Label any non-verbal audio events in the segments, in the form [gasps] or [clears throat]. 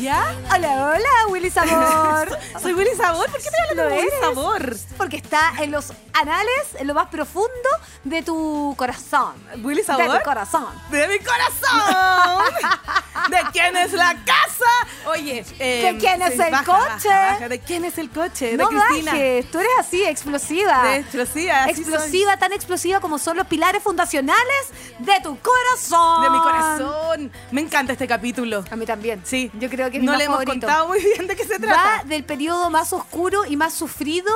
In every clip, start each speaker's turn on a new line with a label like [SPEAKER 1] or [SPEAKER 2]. [SPEAKER 1] ¿Ya?
[SPEAKER 2] Ah, Hola, hola, Willy Sabor.
[SPEAKER 1] [laughs] Soy Willy Sabor. ¿Por qué me hablan
[SPEAKER 2] Lo
[SPEAKER 1] de Willy
[SPEAKER 2] eres.
[SPEAKER 1] Sabor?
[SPEAKER 2] Porque está en los anales, en lo más profundo de tu corazón.
[SPEAKER 1] ¿Willy
[SPEAKER 2] De
[SPEAKER 1] Sabor?
[SPEAKER 2] tu corazón.
[SPEAKER 1] ¡De mi
[SPEAKER 2] [laughs]
[SPEAKER 1] corazón! ¿De quién es la casa? Oye, eh,
[SPEAKER 2] ¿De quién es
[SPEAKER 1] sí,
[SPEAKER 2] el
[SPEAKER 1] baja,
[SPEAKER 2] coche?
[SPEAKER 1] baja, baja. ¿De quién es el coche?
[SPEAKER 2] No
[SPEAKER 1] de Cristina.
[SPEAKER 2] bajes, tú eres así, explosiva.
[SPEAKER 1] De explosiva. así
[SPEAKER 2] explosiva, tan explosiva como son los pilares fundacionales de tu corazón.
[SPEAKER 1] soy. De mi corazón. Me encanta este capítulo.
[SPEAKER 2] A mí también.
[SPEAKER 1] Sí.
[SPEAKER 2] Yo creo que es mi
[SPEAKER 1] no
[SPEAKER 2] más
[SPEAKER 1] le hemos
[SPEAKER 2] favorito.
[SPEAKER 1] contado muy [laughs] bien de qué se
[SPEAKER 2] Va
[SPEAKER 1] trata.
[SPEAKER 2] del periodo más oscuro y más sufrido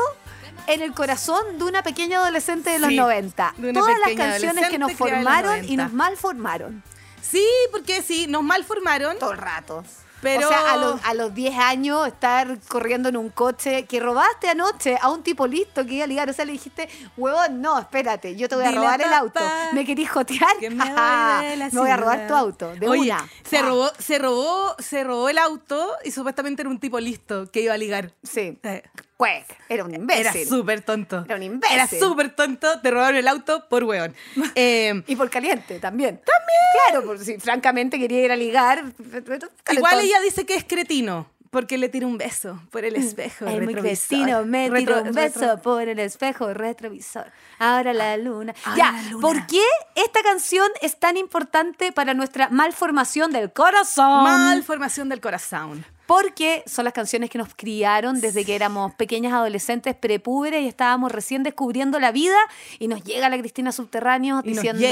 [SPEAKER 2] en el corazón de una pequeña adolescente de los
[SPEAKER 1] Sí,
[SPEAKER 2] 90.
[SPEAKER 1] de una
[SPEAKER 2] Todas las
[SPEAKER 1] pequeña
[SPEAKER 2] canciones que nos
[SPEAKER 1] adolescente criada en los
[SPEAKER 2] formaron y
[SPEAKER 1] 90.
[SPEAKER 2] nos mal formaron.
[SPEAKER 1] Sí, porque sí, nos malformaron.
[SPEAKER 2] Todo el rato.
[SPEAKER 1] Pero-
[SPEAKER 2] O sea, a, los- a los 10 años estar corriendo en un coche que robaste anoche a un tipo listo que iba a ligar. O sea, le dijiste, huevón, no, espérate, yo te voy a
[SPEAKER 1] Dile a
[SPEAKER 2] robar el
[SPEAKER 1] papá
[SPEAKER 2] auto. ¿Me querís jotear?
[SPEAKER 1] que
[SPEAKER 2] [laughs]
[SPEAKER 1] me voy
[SPEAKER 2] Ajá,
[SPEAKER 1] de la
[SPEAKER 2] Ah, me voy a robar
[SPEAKER 1] ciudad.
[SPEAKER 2] tu auto, de
[SPEAKER 1] Oye,
[SPEAKER 2] una.
[SPEAKER 1] Se
[SPEAKER 2] Ah,
[SPEAKER 1] robó, se robó, se robó el auto y supuestamente era un tipo listo que iba a ligar.
[SPEAKER 2] Sí,
[SPEAKER 1] Eh,
[SPEAKER 2] cuec, era un imbécil.
[SPEAKER 1] Era súper tonto.
[SPEAKER 2] Era un imbécil.
[SPEAKER 1] Era súper tonto. Te robaron el auto por
[SPEAKER 2] [laughs]
[SPEAKER 1] hueón. Eh,
[SPEAKER 2] Y por caliente también. También. Claro, por si francamente quería ir a ligar.
[SPEAKER 1] igual ella dice que es cretino. Porque le tira un beso por el espejo.
[SPEAKER 2] El muy
[SPEAKER 1] retrovisor.
[SPEAKER 2] cretino me
[SPEAKER 1] Retro-
[SPEAKER 2] tiró un beso
[SPEAKER 1] retro- Ah,
[SPEAKER 2] por el espejo retrovisor. Ahora la luna.
[SPEAKER 1] Ahora
[SPEAKER 2] ya,
[SPEAKER 1] la luna.
[SPEAKER 2] ¿por qué esta canción es tan importante para nuestra malformación del corazón?
[SPEAKER 1] Malformación del corazón.
[SPEAKER 2] Porque son las canciones que nos criaron desde que éramos pequeñas adolescentes prepúberes y estábamos recién descubriendo la vida y nos llega la Cristina Subterráneo
[SPEAKER 1] Y nos
[SPEAKER 2] diciendo,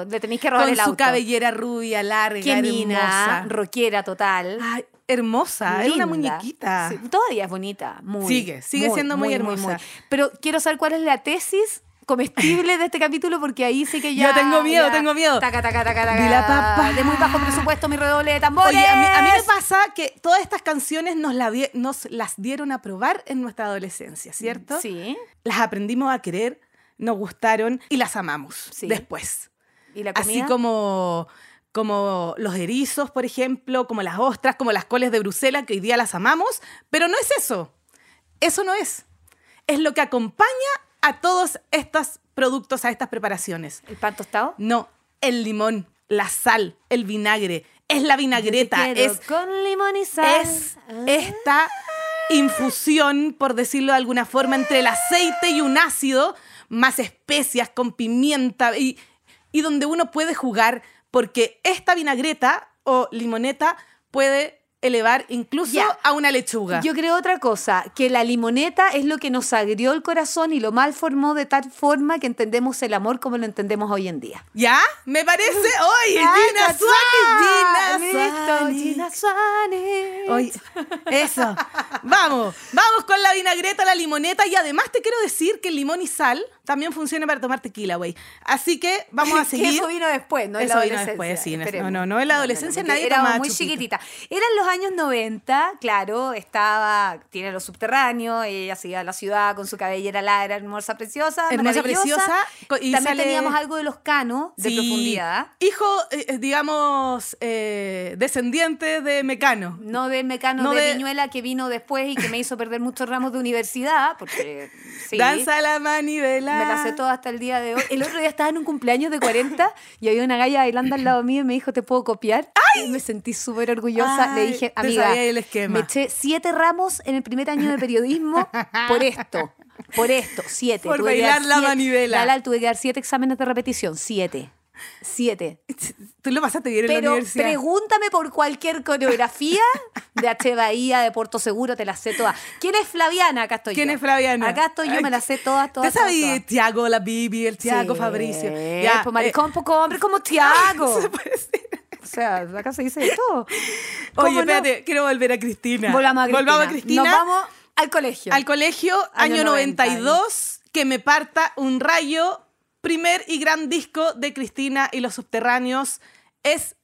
[SPEAKER 1] llega.
[SPEAKER 2] le tenéis que robar
[SPEAKER 1] Con
[SPEAKER 2] el auto.
[SPEAKER 1] su cabellera rubia, larga,
[SPEAKER 2] Qué mina,
[SPEAKER 1] hermosa.
[SPEAKER 2] rockera total.
[SPEAKER 1] Ay, hermosa. Era una
[SPEAKER 2] linda.
[SPEAKER 1] muñequita.
[SPEAKER 2] Sí, todavía es bonita. Muy,
[SPEAKER 1] Sigue, sigue siendo muy hermosa.
[SPEAKER 2] Pero quiero saber cuál es la tesis comestible de este capítulo porque ahí sí que
[SPEAKER 1] [laughs]
[SPEAKER 2] ya.
[SPEAKER 1] Yo tengo miedo,
[SPEAKER 2] ya-
[SPEAKER 1] tengo miedo.
[SPEAKER 2] Taca, taca, taca, taca.
[SPEAKER 1] Dile a papá.
[SPEAKER 2] De muy bajo presupuesto, mi redoble de tambores.
[SPEAKER 1] Oye, a mí, a mí
[SPEAKER 2] Pues.
[SPEAKER 1] me pasa que todas estas canciones nos, la die- nos las dieron a probar en nuestra adolescencia, ¿cierto?
[SPEAKER 2] Sí.
[SPEAKER 1] Las aprendimos a querer, nos gustaron y las amamos
[SPEAKER 2] Sí.
[SPEAKER 1] después.
[SPEAKER 2] Y la comida.
[SPEAKER 1] Así como, como los erizos, por ejemplo, como las ostras, como las coles de Bruselas, que hoy día las amamos, pero no es eso. Eso no es. Es lo que acompaña a todos estos productos, a estas preparaciones.
[SPEAKER 2] El
[SPEAKER 1] [laughs]
[SPEAKER 2] pan tostado.
[SPEAKER 1] No, el limón, la sal, el vinagre, es la vinagreta,
[SPEAKER 2] Yo te quiero
[SPEAKER 1] es,
[SPEAKER 2] Con limón y sal.
[SPEAKER 1] es
[SPEAKER 2] Ah.
[SPEAKER 1] esta infusión, por decirlo de alguna forma, entre el aceite y un ácido, más especias con pimienta y, y donde uno puede jugar, porque esta vinagreta o limoneta puede elevar incluso
[SPEAKER 2] Ya.
[SPEAKER 1] a una lechuga.
[SPEAKER 2] Yo creo otra cosa, que la limoneta es lo que nos agrió el corazón y lo mal formó de tal forma que entendemos el amor como lo entendemos hoy en día.
[SPEAKER 1] ¿Ya? ¿Me parece? ¡Oye,
[SPEAKER 2] Ah,
[SPEAKER 1] Gina Suárez!
[SPEAKER 2] Suárez,
[SPEAKER 1] Gina
[SPEAKER 2] listo,
[SPEAKER 1] Suárez.
[SPEAKER 2] Gina Suárez.
[SPEAKER 1] Oye, eso. Vamos, vamos con la vinagreta, la limoneta y además te quiero decir que el limón y sal también funciona para tomar tequila, güey. Así que
[SPEAKER 2] [laughs]
[SPEAKER 1] vamos a
[SPEAKER 2] Que
[SPEAKER 1] seguir.
[SPEAKER 2] eso vino después, no en la
[SPEAKER 1] Eso vino
[SPEAKER 2] adolescencia.
[SPEAKER 1] después, sí, en es-
[SPEAKER 2] esperemos.
[SPEAKER 1] no, no, no, en la adolescencia nadie
[SPEAKER 2] Era
[SPEAKER 1] tomaba
[SPEAKER 2] muy
[SPEAKER 1] chupito.
[SPEAKER 2] chiquitita. Eran los años 90, claro, estaba, tiene lo subterráneo, ella se iba a la ciudad con su cabellera larga, hermosa, preciosa,
[SPEAKER 1] Hermosa,
[SPEAKER 2] maravillosa.
[SPEAKER 1] preciosa, co- y
[SPEAKER 2] También
[SPEAKER 1] sale-
[SPEAKER 2] teníamos algo de los canos, de
[SPEAKER 1] Sí.
[SPEAKER 2] profundidad. ¿ah?
[SPEAKER 1] Hijo, eh, digamos, eh, descendiente de Mecano.
[SPEAKER 2] No de Mecano
[SPEAKER 1] No
[SPEAKER 2] de,
[SPEAKER 1] de-
[SPEAKER 2] Viñuela que vino después y que me hizo perder muchos ramos de universidad,
[SPEAKER 1] [laughs]
[SPEAKER 2] porque sí.
[SPEAKER 1] Danza la manivela.
[SPEAKER 2] Me la sé toda hasta el día de hoy. El otro día estaba en un cumpleaños de 40 y había una galla bailando al lado mío y me dijo, ¿te puedo copiar? Y me sentí súper orgullosa. Le
[SPEAKER 1] Ay,
[SPEAKER 2] dije,
[SPEAKER 1] te
[SPEAKER 2] amiga,
[SPEAKER 1] sabía el esquema".
[SPEAKER 2] me eché siete ramos en el primer año de periodismo por esto. Por esto, siete.
[SPEAKER 1] Por
[SPEAKER 2] Tuve que dar
[SPEAKER 1] bailar la
[SPEAKER 2] siete-
[SPEAKER 1] manivela.
[SPEAKER 2] Dalal, tuve que dar siete exámenes de repetición. Siete. Siete.
[SPEAKER 1] Tú lo pasaste bien en la
[SPEAKER 2] Pero
[SPEAKER 1] universidad.
[SPEAKER 2] pregúntame por cualquier coreografía de H. Bahía, de Puerto Seguro, te la sé toda. ¿Quién es Flaviana? Acá estoy
[SPEAKER 1] ¿Quién
[SPEAKER 2] yo.
[SPEAKER 1] es Flaviana?
[SPEAKER 2] Acá estoy yo,
[SPEAKER 1] Ay,
[SPEAKER 2] me la sé todas, todas.
[SPEAKER 1] ¿Te
[SPEAKER 2] todas,
[SPEAKER 1] sabías
[SPEAKER 2] todas.
[SPEAKER 1] Tiago, la Bibi, el Tiago,
[SPEAKER 2] Sí,
[SPEAKER 1] Fabricio?
[SPEAKER 2] pues
[SPEAKER 1] eh,
[SPEAKER 2] maricón, poco hombre
[SPEAKER 1] [laughs]
[SPEAKER 2] como Tiago.
[SPEAKER 1] se puede decir.
[SPEAKER 2] o sea, acá se dice de todo. ¿Cómo
[SPEAKER 1] Oye,
[SPEAKER 2] no?
[SPEAKER 1] espérate, quiero volver a Cristina.
[SPEAKER 2] Volvamos a Cristina.
[SPEAKER 1] Volvamos a Cristina.
[SPEAKER 2] Nos vamos al colegio.
[SPEAKER 1] Al colegio,
[SPEAKER 2] Año
[SPEAKER 1] año,
[SPEAKER 2] 90.
[SPEAKER 1] 92, que me parta un rayo. Primer y gran disco de Cristina y los subterráneos. Es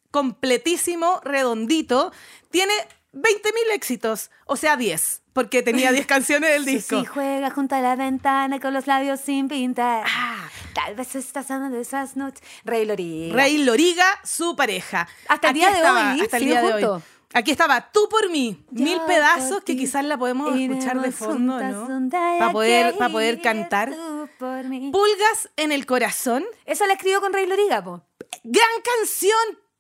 [SPEAKER 1] completísimo, redondito. Tiene 20.000 éxitos, o sea, 10, porque tenía
[SPEAKER 2] [laughs]
[SPEAKER 1] 10 canciones del
[SPEAKER 2] Si
[SPEAKER 1] disco.
[SPEAKER 2] juega junto a la ventana con los labios sin pintar.
[SPEAKER 1] Ah.
[SPEAKER 2] Tal vez estás hablando de esas noches. Rey Loriga.
[SPEAKER 1] Rey Loriga, su pareja.
[SPEAKER 2] Hasta el día de hoy,
[SPEAKER 1] hasta el
[SPEAKER 2] siguen
[SPEAKER 1] día de hoy.
[SPEAKER 2] juntos.
[SPEAKER 1] Aquí estaba Tú por mí,
[SPEAKER 2] Yo
[SPEAKER 1] mil
[SPEAKER 2] por
[SPEAKER 1] pedazos que
[SPEAKER 2] ti
[SPEAKER 1] quizás la podemos escuchar de
[SPEAKER 2] iremos
[SPEAKER 1] fondo,
[SPEAKER 2] juntas
[SPEAKER 1] ¿no?
[SPEAKER 2] donde
[SPEAKER 1] Para
[SPEAKER 2] haya
[SPEAKER 1] poder,
[SPEAKER 2] que
[SPEAKER 1] para poder
[SPEAKER 2] ir,
[SPEAKER 1] cantar.
[SPEAKER 2] tú por mí.
[SPEAKER 1] Pulgas en el corazón,
[SPEAKER 2] Eso la escribió con Rey Loriga, po.
[SPEAKER 1] gran canción,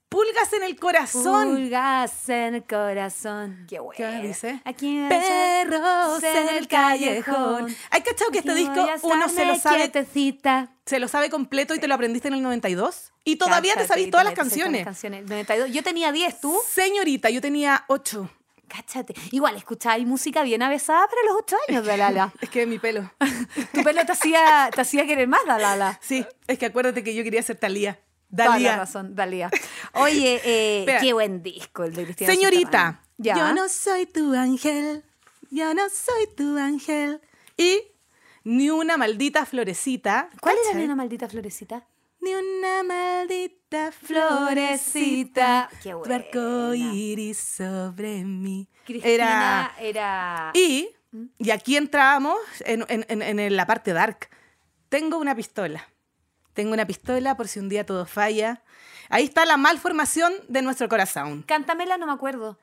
[SPEAKER 1] pulgas en el corazón.
[SPEAKER 2] Pulgas en el corazón. Qué bueno.
[SPEAKER 1] ¿Qué dice?
[SPEAKER 2] Aquí me
[SPEAKER 1] Perros
[SPEAKER 2] en
[SPEAKER 1] en
[SPEAKER 2] el
[SPEAKER 1] el callejón.
[SPEAKER 2] callejón.
[SPEAKER 1] Hay cachado [laughs] que este
[SPEAKER 2] Aquí
[SPEAKER 1] disco
[SPEAKER 2] voy a
[SPEAKER 1] uno se lo
[SPEAKER 2] estarme
[SPEAKER 1] sabe,
[SPEAKER 2] quietecita.
[SPEAKER 1] se lo sabe completo y te lo aprendiste en el 92 y todavía te
[SPEAKER 2] Cáchate,
[SPEAKER 1] sabís
[SPEAKER 2] y
[SPEAKER 1] todas las
[SPEAKER 2] todavía te sabes
[SPEAKER 1] canciones.
[SPEAKER 2] todas las canciones. 92. Yo tenía 10, ¿tú?
[SPEAKER 1] Señorita, yo tenía 8.
[SPEAKER 2] Cáchate. Igual, escucháis música bien avesada para los 8 años, Dalala.
[SPEAKER 1] [laughs] Es que mi pelo. [laughs]
[SPEAKER 2] tu pelo te hacía, te hacía querer más, Dalala.
[SPEAKER 1] Sí, es que acuérdate que yo quería ser Talía.
[SPEAKER 2] Toda la
[SPEAKER 1] Dalía.
[SPEAKER 2] razón, Dalía. Oye, eh,
[SPEAKER 1] Espera.
[SPEAKER 2] qué buen disco el de Cristina Sultana.
[SPEAKER 1] Señorita,
[SPEAKER 2] Ya.
[SPEAKER 1] yo no soy tu ángel, yo no soy tu ángel. Y ni una maldita florecita.
[SPEAKER 2] ¿Cuál era
[SPEAKER 1] ¿cachai?
[SPEAKER 2] la una maldita florecita?
[SPEAKER 1] Ni una maldita
[SPEAKER 2] Florecita.
[SPEAKER 1] florecita.
[SPEAKER 2] Qué
[SPEAKER 1] Tu arco
[SPEAKER 2] buena.
[SPEAKER 1] iris sobre mí.
[SPEAKER 2] Cristina ¿Mm? era.
[SPEAKER 1] Y, y aquí entrábamos en, en- en- en la parte dark. Tengo una pistola. Tengo una pistola por si un día todo falla. Ahí está la malformación de nuestro corazón.
[SPEAKER 2] Cántamela, no me acuerdo.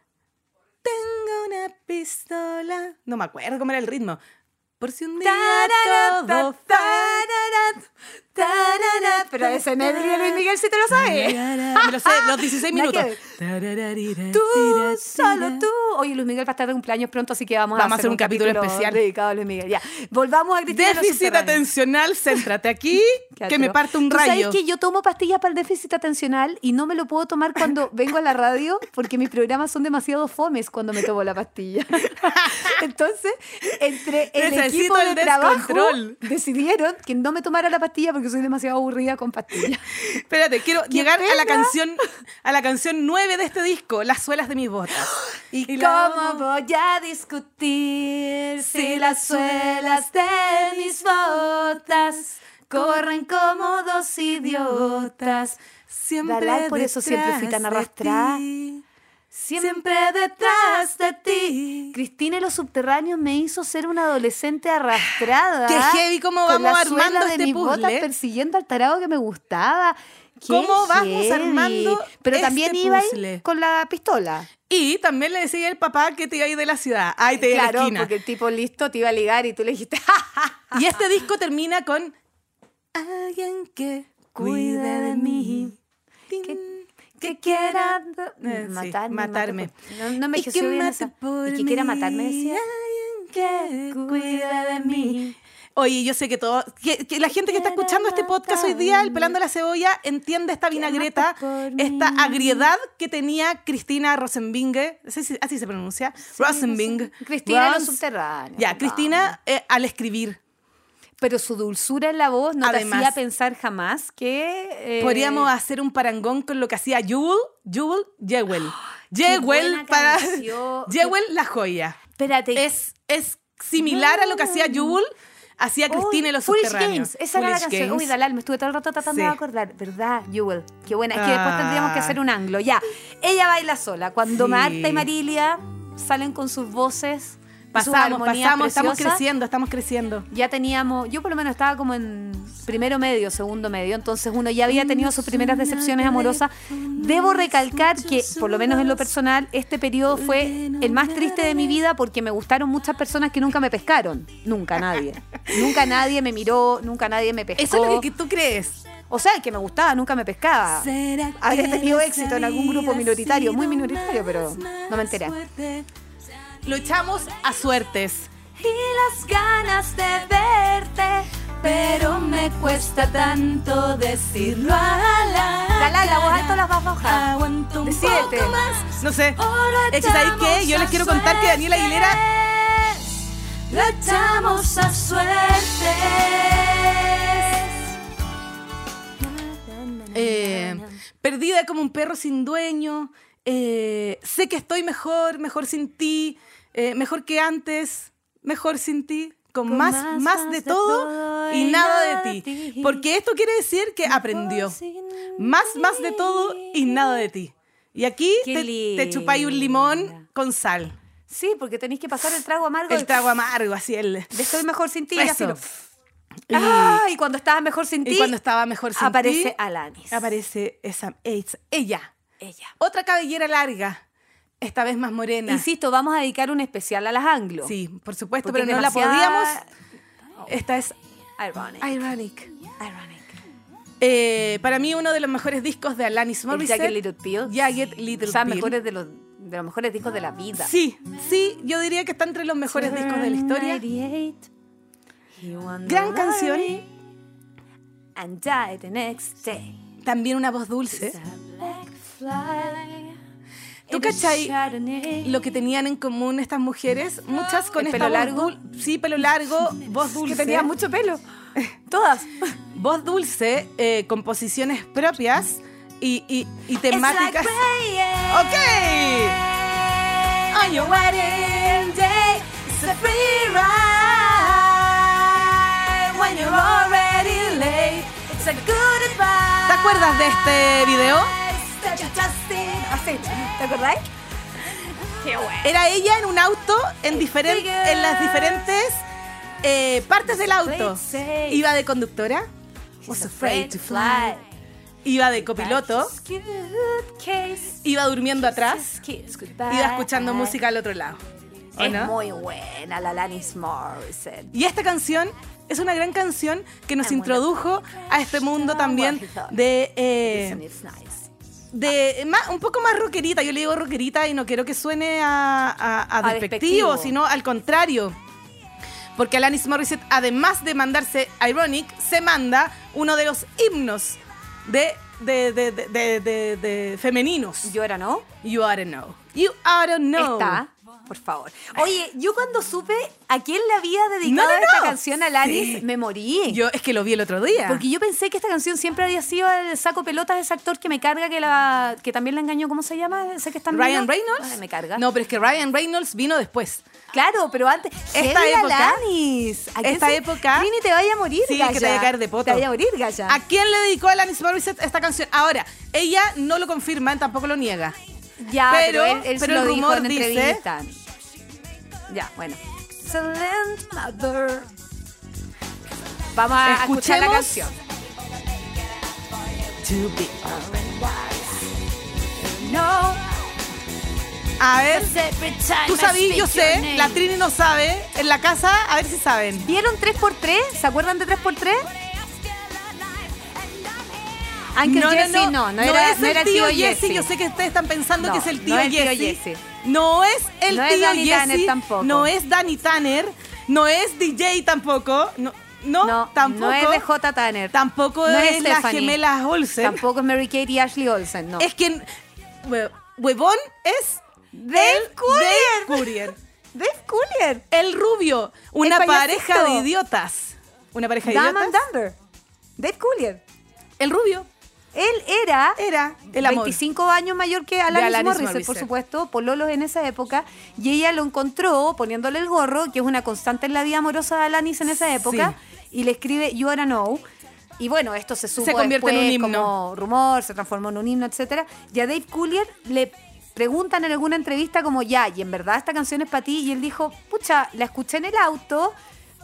[SPEAKER 1] Tengo una pistola. No me acuerdo cómo era el ritmo. Por si un día
[SPEAKER 2] Tarara,
[SPEAKER 1] todo
[SPEAKER 2] [laughs] ta- tarara, tarara. Pero ese Nelly de Luis Miguel sí te lo sabes.
[SPEAKER 1] Me lo sé, los 16
[SPEAKER 2] Nada
[SPEAKER 1] minutos.
[SPEAKER 2] que ver.
[SPEAKER 1] Tarararira,
[SPEAKER 2] Tú,
[SPEAKER 1] tira,
[SPEAKER 2] solo
[SPEAKER 1] tira.
[SPEAKER 2] tú. Oye, Luis Miguel va a estar de cumpleaños pronto, así que vamos,
[SPEAKER 1] Vamos a hacer un capítulo especial.
[SPEAKER 2] dedicado a Luis Miguel. Ya. Volvamos a Cristina. la
[SPEAKER 1] Déficit
[SPEAKER 2] subterránea.
[SPEAKER 1] atencional, céntrate aquí,
[SPEAKER 2] [laughs] Qué
[SPEAKER 1] que me
[SPEAKER 2] atro.
[SPEAKER 1] parte un
[SPEAKER 2] ¿Tú sabes
[SPEAKER 1] rayo.
[SPEAKER 2] que yo tomo pastillas para el déficit atencional y no me lo puedo tomar
[SPEAKER 1] [laughs]
[SPEAKER 2] cuando vengo a la radio porque mis programas son demasiado fomes cuando me tomo la
[SPEAKER 1] [laughs]
[SPEAKER 2] pastilla. Entonces, entre el
[SPEAKER 1] Necesito
[SPEAKER 2] equipo de
[SPEAKER 1] el
[SPEAKER 2] trabajo
[SPEAKER 1] descontrol.
[SPEAKER 2] decidieron que no me tomara la pastilla porque soy demasiado aburrida con pastillas.
[SPEAKER 1] Espérate, quiero llegar a la
[SPEAKER 2] pena.
[SPEAKER 1] canción a la canción 9 de este disco, Las suelas de mis botas.
[SPEAKER 2] ¿Y,
[SPEAKER 1] la-
[SPEAKER 2] cómo voy a discutir si las suelas de mis botas corren como dos idiotas?
[SPEAKER 1] Siempre
[SPEAKER 2] Dalai, por eso siempre fui
[SPEAKER 1] detrás
[SPEAKER 2] tan
[SPEAKER 1] de
[SPEAKER 2] arrastrada.
[SPEAKER 1] ti,
[SPEAKER 2] Siempre
[SPEAKER 1] detrás de ti.
[SPEAKER 2] Cristina y los subterráneos me hizo ser una adolescente arrastrada.
[SPEAKER 1] Qué heavy, cómo
[SPEAKER 2] con
[SPEAKER 1] vamos
[SPEAKER 2] la
[SPEAKER 1] armando
[SPEAKER 2] suela de
[SPEAKER 1] este
[SPEAKER 2] mis
[SPEAKER 1] puzzle.
[SPEAKER 2] botas persiguiendo al tarado que me gustaba. Qué
[SPEAKER 1] ¿Cómo vamos
[SPEAKER 2] heavy.
[SPEAKER 1] armando
[SPEAKER 2] Pero
[SPEAKER 1] este
[SPEAKER 2] también iba ahí
[SPEAKER 1] puzzle?
[SPEAKER 2] con la pistola.
[SPEAKER 1] Y también le decía al papá que te iba a ir de la ciudad. Ay, te iba a ir a la
[SPEAKER 2] claro,
[SPEAKER 1] esquina.
[SPEAKER 2] porque el tipo listo te iba a ligar y tú le dijiste, [laughs] ¡Ja, ja, ja!
[SPEAKER 1] Y este disco termina con alguien que cuide de mí.
[SPEAKER 2] que, Mm, que quiera mm,
[SPEAKER 1] Eh, sí,
[SPEAKER 2] matarme.
[SPEAKER 1] matarme.
[SPEAKER 2] matar- No, no me
[SPEAKER 1] Y que
[SPEAKER 2] envejeció bien
[SPEAKER 1] mate
[SPEAKER 2] esa.
[SPEAKER 1] por
[SPEAKER 2] Y que quiera
[SPEAKER 1] mí,
[SPEAKER 2] matarme, decía.
[SPEAKER 1] alguien que cuida de mí. Oye, yo sé que todo, que, que la gente que está escuchando este podcast hoy día, el pelando la cebolla, entiende esta vinagreta,
[SPEAKER 2] por
[SPEAKER 1] esta
[SPEAKER 2] mí.
[SPEAKER 1] agriedad que tenía Cristina Rosenbinge, ¿sí- sí- así se pronuncia, Rosenbinge.
[SPEAKER 2] Cristina y los
[SPEAKER 1] Rons-
[SPEAKER 2] subterráneos.
[SPEAKER 1] Ya,
[SPEAKER 2] vamos.
[SPEAKER 1] Cristina eh, al escribir.
[SPEAKER 2] Pero su dulzura en la voz no
[SPEAKER 1] Además-
[SPEAKER 2] te hacía pensar jamás que... eh,
[SPEAKER 1] Podríamos hacer un parangón con lo que hacía Jewel, Jewel, [gasps] Jewel.
[SPEAKER 2] qué buena
[SPEAKER 1] Jewel para
[SPEAKER 2] canción.
[SPEAKER 1] [laughs] Jewel la joya.
[SPEAKER 2] Espérate.
[SPEAKER 1] es, es similar a lo que hacía Yul, hacía
[SPEAKER 2] Mm. Uy,
[SPEAKER 1] Cristina y los
[SPEAKER 2] Foolish
[SPEAKER 1] subterráneos.
[SPEAKER 2] Games, esa era la
[SPEAKER 1] Foolish
[SPEAKER 2] canción.
[SPEAKER 1] Games.
[SPEAKER 2] Uy, Dalal, me estuve todo el rato tratando
[SPEAKER 1] Sí.
[SPEAKER 2] de acordar. ¿Verdad, Jewel? Qué buena. Es que después
[SPEAKER 1] Ah.
[SPEAKER 2] tendríamos que hacer un anglo. Ya, ella baila sola. Cuando
[SPEAKER 1] Sí.
[SPEAKER 2] Marta y Marilia salen con sus voces, y sus
[SPEAKER 1] pasamos,
[SPEAKER 2] armonías
[SPEAKER 1] pasamos, estamos
[SPEAKER 2] preciosas,
[SPEAKER 1] creciendo, estamos creciendo.
[SPEAKER 2] Ya teníamos, yo por lo menos estaba como en primero medio, segundo medio, entonces uno ya había tenido sus primeras decepciones amorosas. Debo recalcar que, por lo menos en lo personal, este periodo fue el más triste de mi vida porque me gustaron muchas personas que nunca me pescaron. Nunca nadie. Nunca nadie me miró, nunca nadie me pescó.
[SPEAKER 1] Eso es lo que tú crees.
[SPEAKER 2] O sea, el que me gustaba nunca me pescaba. Habría tenido éxito en algún grupo minoritario, muy minoritario, pero no me enteré.
[SPEAKER 1] Luchamos a suertes.
[SPEAKER 2] y las ganas de verte, pero me cuesta tanto decirlo a la. La la voz alto las vas bajas.
[SPEAKER 1] Aguanto un
[SPEAKER 2] Decídete.
[SPEAKER 1] poco más. No
[SPEAKER 2] Oh,
[SPEAKER 1] sé. Es que ¿sabes qué? Yo les quiero contar que Daniela Aguilera
[SPEAKER 2] Lo echamos a suerte.
[SPEAKER 1] eh, perdida como un perro sin dueño. eh, sé que estoy mejor, mejor sin ti, eh, mejor que antes, mejor sin ti, con,
[SPEAKER 2] Con
[SPEAKER 1] más,
[SPEAKER 2] más,
[SPEAKER 1] más,
[SPEAKER 2] más
[SPEAKER 1] de,
[SPEAKER 2] de
[SPEAKER 1] todo,
[SPEAKER 2] todo
[SPEAKER 1] y nada de ti. Porque esto quiere decir que aprendió. Más, más de todo y nada de ti. Y aquí
[SPEAKER 2] Qué
[SPEAKER 1] te, te chupáis un
[SPEAKER 2] linda.
[SPEAKER 1] limón con sal.
[SPEAKER 2] Sí, porque tenéis que pasar el trago amargo.
[SPEAKER 1] El trago amargo, así el...
[SPEAKER 2] de Estoy mejor sin ti. y
[SPEAKER 1] Eso.
[SPEAKER 2] así lo-
[SPEAKER 1] Y-
[SPEAKER 2] Ah, y cuando estabas mejor sin ti.
[SPEAKER 1] Y cuando estaba mejor sin
[SPEAKER 2] aparece
[SPEAKER 1] ti,
[SPEAKER 2] Alanis.
[SPEAKER 1] aparece esa, es- ella.
[SPEAKER 2] ella.
[SPEAKER 1] Otra cabellera larga, esta vez más morena.
[SPEAKER 2] Insisto, vamos a dedicar un especial a las anglo.
[SPEAKER 1] Sí, por supuesto,
[SPEAKER 2] Porque
[SPEAKER 1] pero no
[SPEAKER 2] es demasiada- Oh.
[SPEAKER 1] la podíamos. Esta es
[SPEAKER 2] Ironic.
[SPEAKER 1] Ironic.
[SPEAKER 2] Ironic.
[SPEAKER 1] Eh, para mí uno de los mejores discos de Alanis
[SPEAKER 2] El
[SPEAKER 1] Morissette.
[SPEAKER 2] Jagged Little Pill.
[SPEAKER 1] Jagged Little
[SPEAKER 2] o sea,
[SPEAKER 1] Pill.
[SPEAKER 2] mejores de los, de los mejores discos de la vida.
[SPEAKER 1] Sí, sí, yo diría que está entre los mejores discos de la historia. Gran canción.
[SPEAKER 2] And died the next day.
[SPEAKER 1] También una voz dulce. ¿Tú cachai Lo que tenían en común estas mujeres, muchas con
[SPEAKER 2] ¿El
[SPEAKER 1] esta
[SPEAKER 2] pelo
[SPEAKER 1] voz
[SPEAKER 2] largo?
[SPEAKER 1] dul- Sí, pelo largo, voz dulce.
[SPEAKER 2] Que tenía mucho pelo. Todas.
[SPEAKER 1] Voz dulce, eh, composiciones propias y, y- y [laughs] temáticas. ¡Ok! On your wedding day, it's a free ride. When you're already late, it's a goodbye. ¿Te acuerdas de este video?
[SPEAKER 2] Así, Ah, ¿te acordáis? Qué bueno.
[SPEAKER 1] Era ella en un auto en, diferen-
[SPEAKER 2] Este
[SPEAKER 1] en las diferentes eh, partes del auto. Iba de conductora, was afraid to fly. iba de copiloto, iba durmiendo atrás, iba escuchando música al otro lado. ¿O
[SPEAKER 2] Es
[SPEAKER 1] no?
[SPEAKER 2] muy buena la Lanis Morissette.
[SPEAKER 1] Y esta canción es una gran canción que nos
[SPEAKER 2] Ah, bueno.
[SPEAKER 1] introdujo a este mundo también de, eh,
[SPEAKER 2] Listen, it's nice.
[SPEAKER 1] de más- un poco más rockerita. Yo le digo rockerita y no quiero que suene a, a- a
[SPEAKER 2] A
[SPEAKER 1] despectivo,
[SPEAKER 2] despectivo.
[SPEAKER 1] sino al contrario. Porque Alanis Morissette, además de mandarse Ironic, se manda uno de los himnos de, de- de- de- de- de- de femeninos.
[SPEAKER 2] Yo era no.
[SPEAKER 1] You oughta know. You oughta know.
[SPEAKER 2] Está, por favor. Oye, yo cuando supe a quién le había dedicado
[SPEAKER 1] No, no,
[SPEAKER 2] esta
[SPEAKER 1] no.
[SPEAKER 2] canción a Lanis,
[SPEAKER 1] Sí.
[SPEAKER 2] me morí.
[SPEAKER 1] Yo es que lo vi el otro día.
[SPEAKER 2] porque yo pensé que esta canción siempre había sido el saco pelotas de ese actor que me carga, que la que también la engañó, ¿cómo se llama? Ese que está en
[SPEAKER 1] Ryan
[SPEAKER 2] Viña.
[SPEAKER 1] Reynolds.
[SPEAKER 2] Ay, me carga.
[SPEAKER 1] No, pero es que Ryan Reynolds vino después.
[SPEAKER 2] Claro, pero antes.
[SPEAKER 1] Esta
[SPEAKER 2] Heavy
[SPEAKER 1] época-
[SPEAKER 2] Alanis. ¿A quién
[SPEAKER 1] esta
[SPEAKER 2] se-
[SPEAKER 1] época-
[SPEAKER 2] Trini te vaya a morir,
[SPEAKER 1] Sí, que
[SPEAKER 2] galla.
[SPEAKER 1] te vaya a caer de poto.
[SPEAKER 2] Te vaya a morir, galla.
[SPEAKER 1] ¿A quién le dedicó Alanis Morissette esta canción? Ahora, ella no lo confirma, tampoco lo niega.
[SPEAKER 2] Ya, pero,
[SPEAKER 1] Pero-
[SPEAKER 2] él, él se
[SPEAKER 1] pero el
[SPEAKER 2] lo dijo
[SPEAKER 1] rumor
[SPEAKER 2] en
[SPEAKER 1] dice-
[SPEAKER 2] entrevista. Ya, bueno. Excellent mother. Vamos a escuchar la
[SPEAKER 1] Escuchemos.
[SPEAKER 2] canción. No,
[SPEAKER 1] A ver, tú sabes, yo sé, la Trini no sabe. En la casa, a ver si saben.
[SPEAKER 2] ¿Vieron 3x3? ¿Se acuerdan de 3x3? Uncle Jesse, no, no, era,
[SPEAKER 1] es
[SPEAKER 2] no
[SPEAKER 1] el
[SPEAKER 2] era el
[SPEAKER 1] tío, Jesse.
[SPEAKER 2] Jesse.
[SPEAKER 1] Yo sé que ustedes están pensando
[SPEAKER 2] No,
[SPEAKER 1] que es el tío
[SPEAKER 2] no es el tío
[SPEAKER 1] Jesse.
[SPEAKER 2] Jesse.
[SPEAKER 1] No es el
[SPEAKER 2] No es
[SPEAKER 1] tío
[SPEAKER 2] Danny Tanner
[SPEAKER 1] Jesse.
[SPEAKER 2] tampoco.
[SPEAKER 1] No es Danny Tanner. No es DJ tampoco. No, no,
[SPEAKER 2] No,
[SPEAKER 1] tampoco.
[SPEAKER 2] no es de J. Tanner.
[SPEAKER 1] Tampoco
[SPEAKER 2] No
[SPEAKER 1] es,
[SPEAKER 2] es
[SPEAKER 1] la
[SPEAKER 2] Stephanie.
[SPEAKER 1] gemela Olsen.
[SPEAKER 2] Tampoco es Mary Kate y Ashley Olsen, no.
[SPEAKER 1] Es quien. hue- Huevón es.
[SPEAKER 2] Del
[SPEAKER 1] el-
[SPEAKER 2] Courier.
[SPEAKER 1] Del Courier.
[SPEAKER 2] Dave Cooler.
[SPEAKER 1] El rubio. Una
[SPEAKER 2] payasito.
[SPEAKER 1] pareja de idiotas. Una pareja de
[SPEAKER 2] Dumb and
[SPEAKER 1] idiotas.
[SPEAKER 2] Dumber. Dave Cooler.
[SPEAKER 1] El rubio
[SPEAKER 2] Él era,
[SPEAKER 1] era el amor.
[SPEAKER 2] 25 años mayor que Alanis,
[SPEAKER 1] Alanis
[SPEAKER 2] Morissette, por
[SPEAKER 1] Morissette.
[SPEAKER 2] supuesto, pololos en esa época, y ella lo encontró poniéndole el gorro, que es una constante en la vida amorosa de Alanis en esa época, y le escribe You Are Know. Y bueno, esto se supo
[SPEAKER 1] Se convierte en un
[SPEAKER 2] después
[SPEAKER 1] himno.
[SPEAKER 2] como rumor, se transformó en un himno, etcétera. Y a Dave Coulier le preguntan en alguna entrevista como ya, y en verdad esta canción es para ti, y él dijo, pucha, la escuché en el auto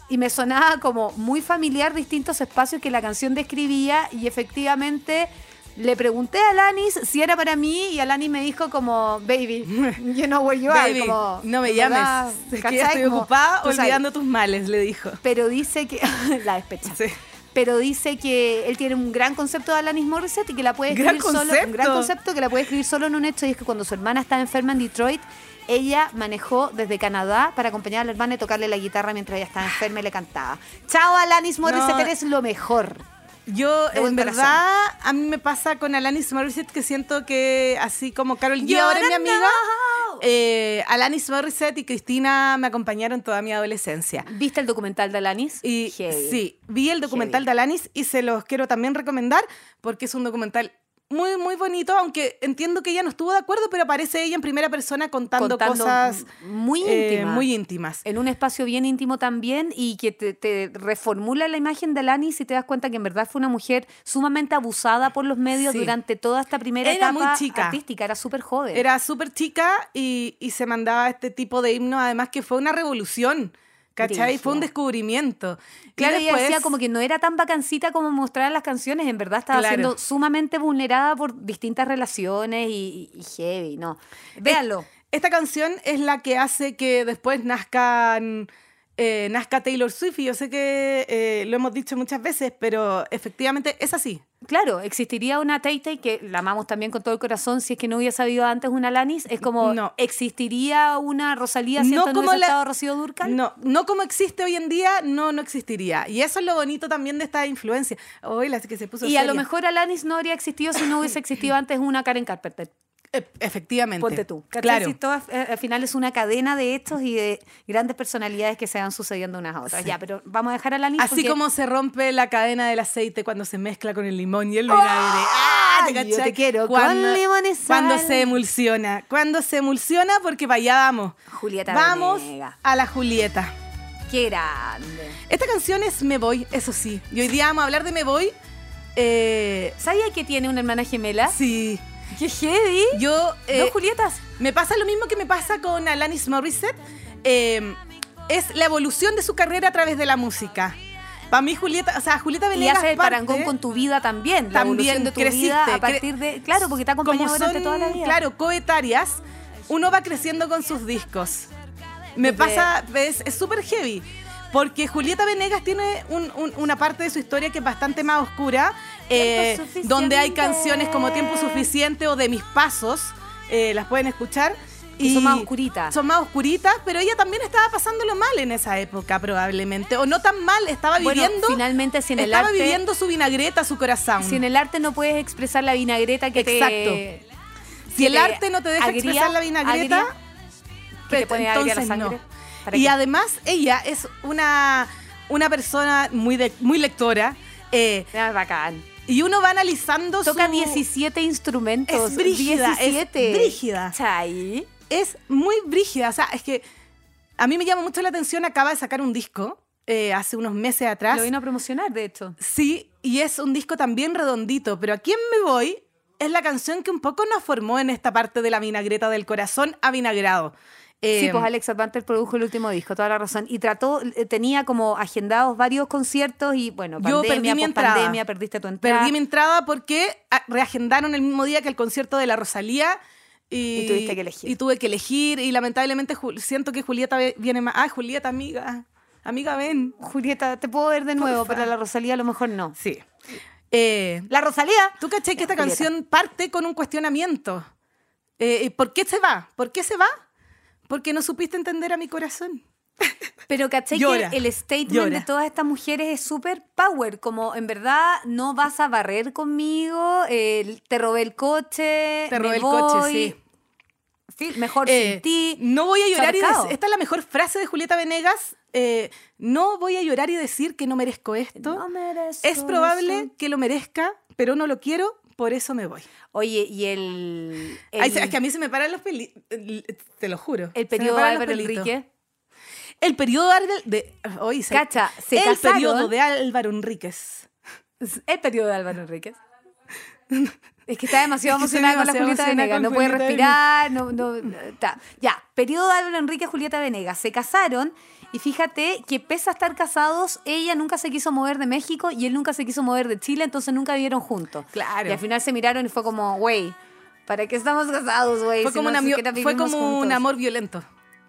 [SPEAKER 2] y me sonaba como muy familiar distintos espacios que la canción describía y efectivamente le pregunté a Alanis si era para mí y Alanis me dijo como,
[SPEAKER 1] [laughs]
[SPEAKER 2] baby, you know where you are.
[SPEAKER 1] Baby,
[SPEAKER 2] como,
[SPEAKER 1] no me
[SPEAKER 2] ¿verdad?
[SPEAKER 1] llames. Es que ya
[SPEAKER 2] ¿Cachai?
[SPEAKER 1] estoy
[SPEAKER 2] Como,
[SPEAKER 1] ocupada
[SPEAKER 2] tú sabes.
[SPEAKER 1] olvidando tus males, le dijo.
[SPEAKER 2] Pero dice que. [laughs] la despecha.
[SPEAKER 1] Sí.
[SPEAKER 2] Pero dice que él tiene un gran concepto de Alanis Morissette y que la puede
[SPEAKER 1] Gran
[SPEAKER 2] escribir solo. Un gran
[SPEAKER 1] concepto.
[SPEAKER 2] concepto que la puede escribir solo en un hecho. Y es que cuando su hermana estaba enferma en Detroit, ella manejó desde Canadá para acompañar a la hermana y tocarle la guitarra mientras ella estaba enferma y le cantaba. Chao, Alanis Morissette,
[SPEAKER 1] No.
[SPEAKER 2] eres lo mejor.
[SPEAKER 1] Yo,
[SPEAKER 2] De
[SPEAKER 1] en
[SPEAKER 2] buen
[SPEAKER 1] verdad, a mí me pasa con Alanis Morissette que siento que, así como Carol G
[SPEAKER 2] Yo
[SPEAKER 1] ahora es mi
[SPEAKER 2] no
[SPEAKER 1] amiga,
[SPEAKER 2] know.
[SPEAKER 1] eh, Alanis Morissette y Cristina me acompañaron toda mi adolescencia.
[SPEAKER 2] ¿Viste el documental de Alanis?
[SPEAKER 1] Y
[SPEAKER 2] Heavy.
[SPEAKER 1] sí, vi el documental
[SPEAKER 2] Heavy.
[SPEAKER 1] de Alanis y se los quiero también recomendar porque es un documental muy, muy bonito, aunque entiendo que ella no estuvo de acuerdo, pero aparece ella en primera persona contando,
[SPEAKER 2] Contando
[SPEAKER 1] cosas
[SPEAKER 2] m- muy
[SPEAKER 1] eh,
[SPEAKER 2] íntimas.
[SPEAKER 1] muy íntimas.
[SPEAKER 2] en un espacio bien íntimo también y que te, te reformula la imagen de Alanis y te das cuenta que en verdad fue una mujer sumamente abusada por los medios
[SPEAKER 1] Sí.
[SPEAKER 2] durante toda esta primera
[SPEAKER 1] Era
[SPEAKER 2] etapa
[SPEAKER 1] muy chica.
[SPEAKER 2] artística, era súper joven.
[SPEAKER 1] Era súper chica y, y se mandaba este tipo de himno, además que fue una revolución, ¿cachai? Fue un
[SPEAKER 2] Brígido.
[SPEAKER 1] descubrimiento.
[SPEAKER 2] Claro,
[SPEAKER 1] y
[SPEAKER 2] ella decía
[SPEAKER 1] después-
[SPEAKER 2] como que no era tan vacancita como mostraban las canciones, en verdad estaba
[SPEAKER 1] Claro.
[SPEAKER 2] siendo sumamente vulnerada por distintas relaciones y, y- y heavy, ¿no? Véanlo.
[SPEAKER 1] Esta canción es la que hace que después nazcan eh, nazca Taylor Swift y yo sé que eh, lo hemos dicho muchas veces, pero efectivamente es así.
[SPEAKER 2] Claro, existiría una Tay-Tay que la amamos también con todo el corazón. Si es que no hubiera sabido antes una Lanis, es como.
[SPEAKER 1] No.
[SPEAKER 2] ¿Existiría una Rosalía si
[SPEAKER 1] No
[SPEAKER 2] esto no
[SPEAKER 1] como
[SPEAKER 2] hubiese
[SPEAKER 1] la-
[SPEAKER 2] estado Rocío Durcal?
[SPEAKER 1] No, no como existe hoy en día, no, no existiría. Y eso es lo bonito también de esta influencia. Hoy la que se puso
[SPEAKER 2] Y a
[SPEAKER 1] seria.
[SPEAKER 2] lo mejor Alanis no habría existido si no
[SPEAKER 1] [clears throat]
[SPEAKER 2] hubiese existido antes una Karen Carpenter.
[SPEAKER 1] E- efectivamente.
[SPEAKER 2] Ponte tú. ¿Cachai?
[SPEAKER 1] Claro.
[SPEAKER 2] Si todo, eh, al final es una cadena de hechos y de grandes personalidades que se van sucediendo unas a otras. Ya, pero vamos a dejar a Alanis.
[SPEAKER 1] Así
[SPEAKER 2] porque-
[SPEAKER 1] como se rompe la cadena del aceite cuando se mezcla con el limón y el vinagre. ¡Ah!
[SPEAKER 2] Yo te
[SPEAKER 1] cachai?
[SPEAKER 2] quiero con limón y sal.
[SPEAKER 1] Cuando se emulsiona. Cuando se emulsiona, porque para allá vamos.
[SPEAKER 2] Julieta
[SPEAKER 1] Vamos
[SPEAKER 2] Venegas.
[SPEAKER 1] a la Julieta.
[SPEAKER 2] ¡Qué grande!
[SPEAKER 1] Esta canción es Me Voy, eso sí. Y hoy día vamos a hablar de Me Voy. Eh,
[SPEAKER 2] ¿Sabía que tiene una hermana gemela?
[SPEAKER 1] sí.
[SPEAKER 2] ¡Qué heavy!
[SPEAKER 1] Yo. eh,
[SPEAKER 2] ¿Dos Julietas?
[SPEAKER 1] Me pasa lo mismo que me pasa con Alanis Morissette. eh, es la evolución de su carrera a través de la música. Para mí, Julieta, o sea, Julieta
[SPEAKER 2] Y
[SPEAKER 1] Venegas
[SPEAKER 2] hace el
[SPEAKER 1] parte-
[SPEAKER 2] parangón con tu vida también. La
[SPEAKER 1] También
[SPEAKER 2] evolución de tu
[SPEAKER 1] creciste,
[SPEAKER 2] vida a
[SPEAKER 1] cre-
[SPEAKER 2] partir de. Claro, porque te ha
[SPEAKER 1] como
[SPEAKER 2] acompañado
[SPEAKER 1] son,
[SPEAKER 2] durante toda la vida.
[SPEAKER 1] claro, coetarias, uno va creciendo con sus discos. Me
[SPEAKER 2] Desde-
[SPEAKER 1] pasa, es es súper heavy, porque Julieta Venegas tiene un- un- una parte de su historia que es bastante más oscura, eh,
[SPEAKER 2] Suficiente.
[SPEAKER 1] donde hay canciones como Tiempo Suficiente o De Mis Pasos, eh, las pueden escuchar.
[SPEAKER 2] Y son más oscuritas.
[SPEAKER 1] Son más oscuritas, pero ella también estaba pasándolo mal en esa época, probablemente. O no tan mal, estaba
[SPEAKER 2] Bueno,
[SPEAKER 1] viviendo.
[SPEAKER 2] finalmente, si en el
[SPEAKER 1] estaba
[SPEAKER 2] arte-
[SPEAKER 1] viviendo su vinagreta, su corazón.
[SPEAKER 2] Si en el arte no puedes expresar la vinagreta que te-
[SPEAKER 1] Exacto.
[SPEAKER 2] que
[SPEAKER 1] Si el
[SPEAKER 2] te
[SPEAKER 1] arte no te deja
[SPEAKER 2] agria-
[SPEAKER 1] expresar la vinagreta, pues,
[SPEAKER 2] agria, que te pone agria la
[SPEAKER 1] entonces
[SPEAKER 2] sangre. ¿Para
[SPEAKER 1] Y
[SPEAKER 2] qué?
[SPEAKER 1] además ella es una, una persona muy, de- muy lectora eh,
[SPEAKER 2] Ah, bacán.
[SPEAKER 1] y uno va analizando
[SPEAKER 2] Toca
[SPEAKER 1] su-
[SPEAKER 2] 17 instrumentos.
[SPEAKER 1] Es brígida, es
[SPEAKER 2] 17.
[SPEAKER 1] brígida.
[SPEAKER 2] ¿Cachai?
[SPEAKER 1] Es muy brígida, o sea, es que a mí me llama mucho la atención, acaba de sacar un disco eh, hace unos meses atrás.
[SPEAKER 2] Lo vino a promocionar, de hecho.
[SPEAKER 1] Sí, y es un disco también redondito, pero ¿a quién me voy? Es la canción que un poco nos formó en esta parte de la vinagreta del corazón avinagrado.
[SPEAKER 2] sí,
[SPEAKER 1] Em,
[SPEAKER 2] pues Alex Advanter produjo el último disco, toda la razón. Y trató, eh, tenía como agendados varios conciertos y bueno,
[SPEAKER 1] Yo
[SPEAKER 2] pandemia,
[SPEAKER 1] perdí mi entrada.
[SPEAKER 2] pandemia, perdiste tu entrada.
[SPEAKER 1] Perdí mi entrada porque ah, reagendaron el mismo día que el concierto de la Rosalía. Y,
[SPEAKER 2] Y tuviste que elegir.
[SPEAKER 1] Y tuve que elegir. Y lamentablemente Ju- siento que Julieta ve- viene más. Ah, Julieta, amiga. Amiga, ven.
[SPEAKER 2] Julieta, te puedo ver de nuevo,
[SPEAKER 1] Porfa.
[SPEAKER 2] pero la Rosalía a lo mejor no.
[SPEAKER 1] Sí. Eh,
[SPEAKER 2] La Rosalía.
[SPEAKER 1] ¿Tú caché que
[SPEAKER 2] Ya,
[SPEAKER 1] esta
[SPEAKER 2] Julieta.
[SPEAKER 1] canción parte con un cuestionamiento? Eh, ¿Por qué se va? ¿Por qué se va? Porque no supiste entender a mi corazón.
[SPEAKER 2] Pero caché
[SPEAKER 1] Llora,
[SPEAKER 2] que el statement
[SPEAKER 1] llora.
[SPEAKER 2] de todas estas mujeres es súper power, como en verdad no vas a barrer conmigo, el- te robé el coche,
[SPEAKER 1] Te
[SPEAKER 2] me
[SPEAKER 1] robé el coche,
[SPEAKER 2] voy,
[SPEAKER 1] sí.
[SPEAKER 2] sí, mejor
[SPEAKER 1] Eh,
[SPEAKER 2] sin ti.
[SPEAKER 1] No voy a llorar y
[SPEAKER 2] Chaparcao.
[SPEAKER 1] decir. Esta es la mejor frase de Julieta Venegas. eh, no voy a llorar y decir que no merezco esto.
[SPEAKER 2] No merezco
[SPEAKER 1] Es probable
[SPEAKER 2] eso.
[SPEAKER 1] que lo merezca, pero no lo quiero, por eso me voy.
[SPEAKER 2] Oye, y el. el
[SPEAKER 1] Ay, es que a mí se me paran los pelitos, te lo juro.
[SPEAKER 2] el
[SPEAKER 1] se me
[SPEAKER 2] periodo de
[SPEAKER 1] paran los
[SPEAKER 2] Álvaro
[SPEAKER 1] pelitos.
[SPEAKER 2] Enrique.
[SPEAKER 1] El periodo de Álvaro de hoy se-
[SPEAKER 2] Cacha, se
[SPEAKER 1] El
[SPEAKER 2] casaron.
[SPEAKER 1] periodo de Álvaro Enríquez.
[SPEAKER 2] El periodo de Álvaro Enríquez. Es que está demasiado
[SPEAKER 1] [laughs] Es que estoy
[SPEAKER 2] emocionada con la
[SPEAKER 1] demasiado emocionada
[SPEAKER 2] Julieta Venegas.
[SPEAKER 1] con
[SPEAKER 2] No puede
[SPEAKER 1] Julieta
[SPEAKER 2] respirar, no, no, no, está. Ya, periodo de Álvaro Enríquez, Julieta Venegas. Se casaron y fíjate que pese a estar casados, ella nunca se quiso mover de México y él nunca se quiso mover de Chile, entonces nunca vivieron juntos.
[SPEAKER 1] Claro.
[SPEAKER 2] Y al final se miraron y fue como, güey, ¿para qué estamos casados, güey?
[SPEAKER 1] Fue
[SPEAKER 2] si
[SPEAKER 1] como,
[SPEAKER 2] no
[SPEAKER 1] una mio-
[SPEAKER 2] siquiera
[SPEAKER 1] fue
[SPEAKER 2] vivimos
[SPEAKER 1] como un
[SPEAKER 2] juntos?"
[SPEAKER 1] amor violento.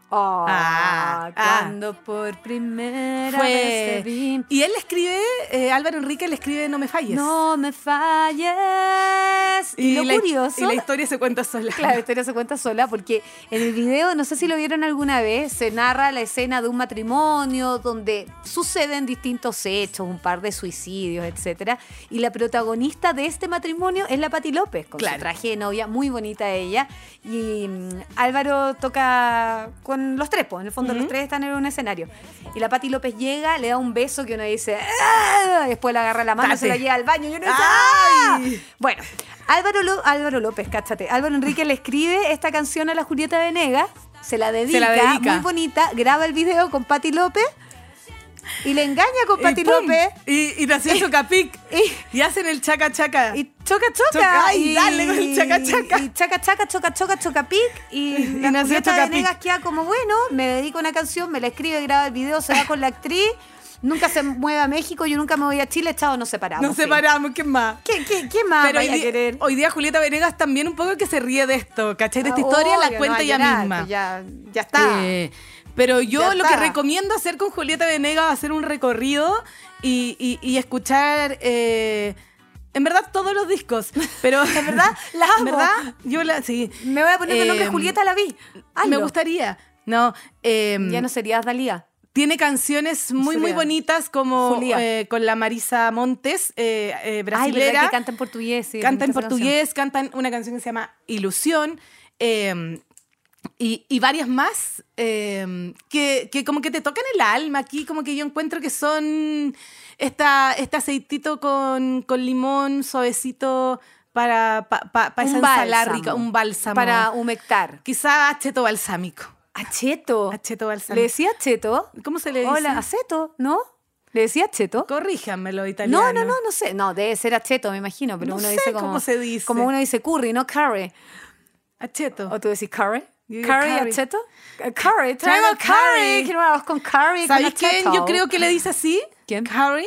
[SPEAKER 2] Oh,
[SPEAKER 1] Ah, ah.
[SPEAKER 2] cuando por primera vez
[SPEAKER 1] Fue...
[SPEAKER 2] te vi.
[SPEAKER 1] Y él le escribe, eh, Álvaro Enríquez le escribe No me falles.
[SPEAKER 2] No me falles. Y, lo
[SPEAKER 1] la,
[SPEAKER 2] curioso.
[SPEAKER 1] y la historia se cuenta sola. [laughs]
[SPEAKER 2] Claro, la historia se cuenta sola porque en el video, no sé si lo vieron alguna vez, se narra la escena de un matrimonio donde suceden distintos hechos, un par de suicidios, etcétera, y la protagonista de este matrimonio es la Pati López con
[SPEAKER 1] Claro.
[SPEAKER 2] su traje de novia, muy bonita ella, y mm, Álvaro toca con los tres, pues, en el fondo los tres están en un escenario. Y la Pati López llega, le da un beso que uno dice, "Ah", y después le agarra la mano,
[SPEAKER 1] Tate.
[SPEAKER 2] se la lleva al baño y uno dice,
[SPEAKER 1] Ay.
[SPEAKER 2] "Ah". Bueno, Álvaro, Ló- Álvaro López, cáchate. Álvaro Enrique le escribe esta canción a la Julieta Venegas, se la dedica,
[SPEAKER 1] Se la dedica.
[SPEAKER 2] muy bonita, graba el video con Patti López y le engaña con
[SPEAKER 1] Y
[SPEAKER 2] Patti
[SPEAKER 1] ¡pum!
[SPEAKER 2] López
[SPEAKER 1] Y, y nació Chocapic.
[SPEAKER 2] [laughs] y-
[SPEAKER 1] Y hacen el chaca chaca.
[SPEAKER 2] y choca choca.
[SPEAKER 1] Choca, y dale con el chaca, chaca.
[SPEAKER 2] Y chaca chaca, choca choca, choca pic. Y,
[SPEAKER 1] Y
[SPEAKER 2] la
[SPEAKER 1] nació
[SPEAKER 2] Julieta
[SPEAKER 1] Choca
[SPEAKER 2] Venegas queda como, bueno, me dedico a una canción, me la escribe, graba el video, se va con la actriz, nunca se mueve a México, yo nunca me voy a Chile, chao, nos separamos.
[SPEAKER 1] Nos
[SPEAKER 2] fin.
[SPEAKER 1] separamos, ¿qué más?
[SPEAKER 2] ¿Qué, qué, qué más
[SPEAKER 1] Pero hoy,
[SPEAKER 2] Ah, vaya a
[SPEAKER 1] día-
[SPEAKER 2] querer?
[SPEAKER 1] hoy día Julieta Venegas también un poco que se ríe de esto, ¿cachai? De esta
[SPEAKER 2] Ah,
[SPEAKER 1] historia
[SPEAKER 2] obvio,
[SPEAKER 1] la
[SPEAKER 2] no
[SPEAKER 1] cuenta
[SPEAKER 2] va a
[SPEAKER 1] ella
[SPEAKER 2] llorar,
[SPEAKER 1] misma.
[SPEAKER 2] pues Ya, ya está.
[SPEAKER 1] Eh, Pero yo
[SPEAKER 2] Ya
[SPEAKER 1] lo que
[SPEAKER 2] está.
[SPEAKER 1] recomiendo hacer con Julieta Venegas, hacer un recorrido y, y- y escuchar, eh, en verdad, todos los discos.
[SPEAKER 2] [laughs]
[SPEAKER 1] Pero, [laughs] en verdad,
[SPEAKER 2] la amo.
[SPEAKER 1] verdad, yo la, sí.
[SPEAKER 2] Me voy a poner el nombre
[SPEAKER 1] Em,
[SPEAKER 2] Julieta Laví. Ay,
[SPEAKER 1] Me
[SPEAKER 2] no.
[SPEAKER 1] gustaría. No, em,
[SPEAKER 2] Ya no serías Dalía.
[SPEAKER 1] tiene canciones muy, muy
[SPEAKER 2] Julia.
[SPEAKER 1] bonitas como
[SPEAKER 2] Julia.
[SPEAKER 1] eh, con la Marisa Montes, eh, eh,
[SPEAKER 2] Ay, verdad
[SPEAKER 1] brasilera.
[SPEAKER 2] que canta en portugués. sí,
[SPEAKER 1] canta en
[SPEAKER 2] bonita esa
[SPEAKER 1] portugués, cantan una canción que se llama Ilusión. eh, y, y varias más eh, que, que como que te tocan el alma aquí, como que yo encuentro que son esta, este aceitito con, con limón suavecito para pa, pa- pa esa
[SPEAKER 2] Un
[SPEAKER 1] ensalada
[SPEAKER 2] bálsamo.
[SPEAKER 1] rica, un
[SPEAKER 2] canción.
[SPEAKER 1] bálsamo.
[SPEAKER 2] Para humectar.
[SPEAKER 1] Quizá aceto balsámico.
[SPEAKER 2] Acheto.
[SPEAKER 1] Aceto
[SPEAKER 2] ¿Le
[SPEAKER 1] balsámico.
[SPEAKER 2] decía Acheto?
[SPEAKER 1] ¿Cómo se le dice?
[SPEAKER 2] Hola, aceto, ¿no? ¿Le decía acheto?
[SPEAKER 1] Corríjanmelo, italiano.
[SPEAKER 2] No, no, no, no sé. No, debe ser acheto, me imagino, pero
[SPEAKER 1] No
[SPEAKER 2] uno
[SPEAKER 1] sé
[SPEAKER 2] dice como.
[SPEAKER 1] cómo se dice.
[SPEAKER 2] Como uno dice curry, no curry.
[SPEAKER 1] Aceto.
[SPEAKER 2] O tú decís curry.
[SPEAKER 1] Yo
[SPEAKER 2] Curry,
[SPEAKER 1] digo curry.
[SPEAKER 2] acheto. Eh, Curry,
[SPEAKER 1] Traigo
[SPEAKER 2] traigo el curry.
[SPEAKER 1] curry.
[SPEAKER 2] Quiero arroz con curry.
[SPEAKER 1] ¿Sabes
[SPEAKER 2] con
[SPEAKER 1] quién?
[SPEAKER 2] acheto.
[SPEAKER 1] Yo creo que le dice así.
[SPEAKER 2] ¿Quién?
[SPEAKER 1] Harry.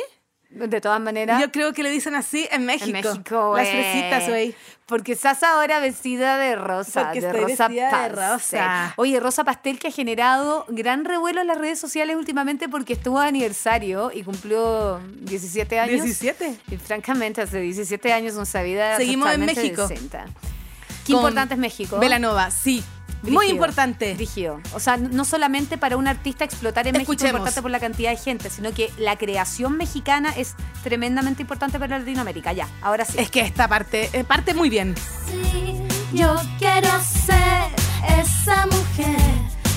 [SPEAKER 2] De todas maneras.
[SPEAKER 1] Yo creo que le dicen así en México.
[SPEAKER 2] En México,
[SPEAKER 1] Las
[SPEAKER 2] eh.
[SPEAKER 1] fresitas, güey.
[SPEAKER 2] Porque estás ahora vestida de rosa,
[SPEAKER 1] Porque
[SPEAKER 2] de
[SPEAKER 1] estoy
[SPEAKER 2] rosa
[SPEAKER 1] vestida de
[SPEAKER 2] pastel.
[SPEAKER 1] rosa.
[SPEAKER 2] Oye, Rosa Pastel que ha generado gran revuelo en las redes sociales últimamente porque estuvo de aniversario y cumplió 17 años.
[SPEAKER 1] 17.
[SPEAKER 2] Y francamente, hace 17 años nuestra vida
[SPEAKER 1] Seguimos en
[SPEAKER 2] totalmente
[SPEAKER 1] México.
[SPEAKER 2] distinta. Qué
[SPEAKER 1] Con
[SPEAKER 2] importante es México.
[SPEAKER 1] Velanova, sí.
[SPEAKER 2] Brígido,
[SPEAKER 1] Muy importante.
[SPEAKER 2] Brígido. O sea, no solamente para un artista explotar en México es
[SPEAKER 1] Escuchemos.
[SPEAKER 2] importante por la cantidad de gente, sino que la creación mexicana es tremendamente importante para Latinoamérica. Ya, ahora sí.
[SPEAKER 1] Es que esta parte, eh, parte muy bien.
[SPEAKER 3] Sí, yo quiero ser esa mujer,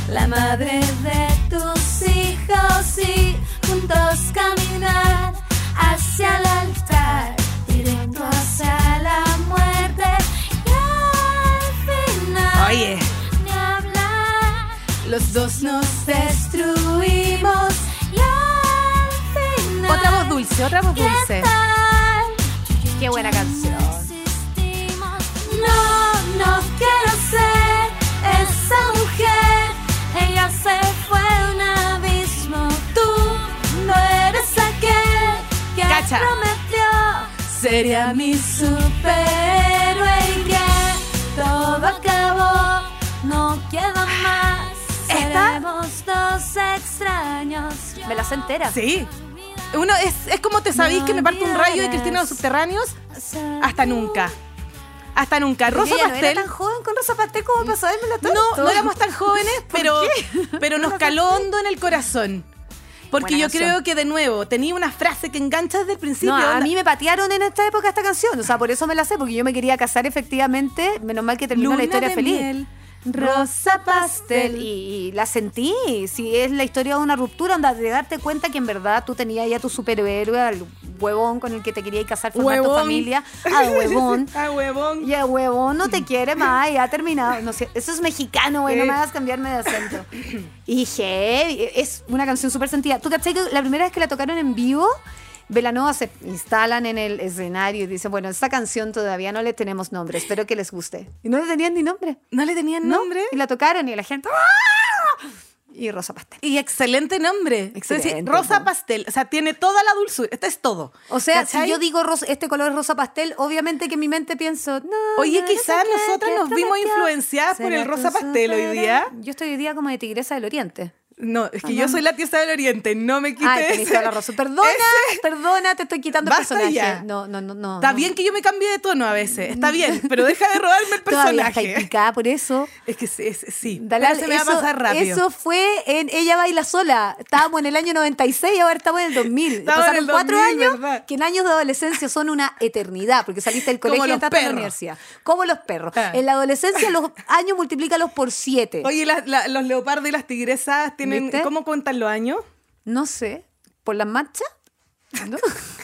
[SPEAKER 3] la madre de tus hijos y juntos caminar hacia el altar, directo hacia la muerte y al final
[SPEAKER 1] Oye,
[SPEAKER 3] ni hablar,
[SPEAKER 1] los dos nos
[SPEAKER 3] destruimos y al final
[SPEAKER 1] Otra voz dulce, otra voz
[SPEAKER 3] ¿qué
[SPEAKER 1] dulce.
[SPEAKER 3] tal?
[SPEAKER 2] Qué buena canción.
[SPEAKER 3] No, no quiero ser esa mujer. Ella se fue a un abismo. Tú no eres aquel que
[SPEAKER 1] Cacha.
[SPEAKER 3] prometió
[SPEAKER 1] Sería mi
[SPEAKER 3] superhéroe y que todo acabó. No queda más.
[SPEAKER 1] ¿Esta?
[SPEAKER 3] Seremos dos extraños.
[SPEAKER 2] Me la sé entera.
[SPEAKER 1] Sí. Uno es, es como te sabéis que me parte un rayo de Cristina de los Subterráneos. Hasta nunca. Hasta nunca.
[SPEAKER 2] Porque
[SPEAKER 1] Rosa
[SPEAKER 2] ella no
[SPEAKER 1] Pastel.
[SPEAKER 2] era tan joven con Rosa Pastel como para sabérmela tanto.
[SPEAKER 1] No, no éramos tan jóvenes, pero, [laughs] pero nos caló hondo en el corazón. Porque
[SPEAKER 2] Buena
[SPEAKER 1] yo
[SPEAKER 2] canción.
[SPEAKER 1] creo que, de nuevo, tenía una frase que engancha desde el principio.
[SPEAKER 2] No, a
[SPEAKER 1] onda-
[SPEAKER 2] mí me patearon en esta época esta canción. O sea, por eso me la sé, porque yo me quería casar efectivamente. Menos mal que terminó
[SPEAKER 1] Luna
[SPEAKER 2] la historia
[SPEAKER 1] de
[SPEAKER 2] feliz.
[SPEAKER 1] miel,
[SPEAKER 2] Rosa Pastel. Y, y la sentí. Si es la historia de una ruptura, anda de darte cuenta que en verdad tú tenías ya tu superhéroe, al huevón con el que te querías casar, formar tu
[SPEAKER 1] Huevón.
[SPEAKER 2] familia, al huevón.
[SPEAKER 1] Ah, huevón.
[SPEAKER 2] Y el huevón no te quiere más, ya ha terminado. No sé, eso es mexicano, güey, no
[SPEAKER 1] Sí.
[SPEAKER 2] me hagas cambiarme de acento. Y dije, es una canción súper sentida. ¿Tú cachai que la primera vez que la tocaron en vivo, Velanova se instalan en el escenario y dicen, bueno, esta canción todavía no le tenemos nombre, espero que les guste. Y no le tenían ni nombre.
[SPEAKER 1] ¿No le tenían
[SPEAKER 2] ¿no?
[SPEAKER 1] nombre?
[SPEAKER 2] Y la tocaron y la gente... ¡ah! Y Rosa Pastel.
[SPEAKER 1] Y excelente nombre. Es decir,
[SPEAKER 2] Excelente,
[SPEAKER 1] Rosa
[SPEAKER 2] ¿no?
[SPEAKER 1] Pastel. O sea, tiene toda la dulzura. Esto es todo.
[SPEAKER 2] O sea,
[SPEAKER 1] ¿Cachai?
[SPEAKER 2] si yo digo ros- este color es rosa pastel, obviamente que en mi mente pienso, no.
[SPEAKER 1] Oye,
[SPEAKER 2] no,
[SPEAKER 1] quizá
[SPEAKER 2] no sé qué,
[SPEAKER 1] nosotras
[SPEAKER 2] ¿qué
[SPEAKER 1] nos vimos
[SPEAKER 2] prometió?
[SPEAKER 1] influenciadas por
[SPEAKER 2] Será
[SPEAKER 1] el rosa
[SPEAKER 2] tu
[SPEAKER 1] pastel hoy día.
[SPEAKER 2] Yo estoy hoy día como de tigresa del oriente.
[SPEAKER 1] No, es que yo soy la tiesa del oriente. No me quites.
[SPEAKER 2] Ay, tenés
[SPEAKER 1] ese-
[SPEAKER 2] toda la razón. Perdona,
[SPEAKER 1] ese-
[SPEAKER 2] perdona, te estoy quitando el
[SPEAKER 1] Basta
[SPEAKER 2] personaje.
[SPEAKER 1] ya.
[SPEAKER 2] No, no, no, no.
[SPEAKER 1] Está
[SPEAKER 2] no.
[SPEAKER 1] bien que yo me cambie de tono a veces. Está bien, pero deja de robarme el
[SPEAKER 2] [laughs] Todavía está
[SPEAKER 1] personaje.
[SPEAKER 2] picada por eso.
[SPEAKER 1] Es que sí, es- sí.
[SPEAKER 2] Dalal,
[SPEAKER 1] pero se me
[SPEAKER 2] eso,
[SPEAKER 1] va a pasar rápido.
[SPEAKER 2] eso fue en Ella Baila Sola. Estábamos en el año 96 y ahora estamos en el 2000.
[SPEAKER 1] Estamos en
[SPEAKER 2] Pasaron
[SPEAKER 1] el
[SPEAKER 2] cuatro
[SPEAKER 1] 2000,
[SPEAKER 2] años
[SPEAKER 1] ¿verdad?
[SPEAKER 2] que en años de adolescencia son una eternidad, porque saliste del
[SPEAKER 1] Como
[SPEAKER 2] colegio y
[SPEAKER 1] los
[SPEAKER 2] entraste a la
[SPEAKER 1] perros.
[SPEAKER 2] universidad. Como los perros.
[SPEAKER 1] Ah.
[SPEAKER 2] En la adolescencia los años multiplícalos por siete.
[SPEAKER 1] Oye, la- la- los leopardos y las tigresas tienen.
[SPEAKER 2] ¿Viste?
[SPEAKER 1] ¿Cómo cuentan los años? [laughs]
[SPEAKER 2] No sé, ¿por las manchas? ¿No?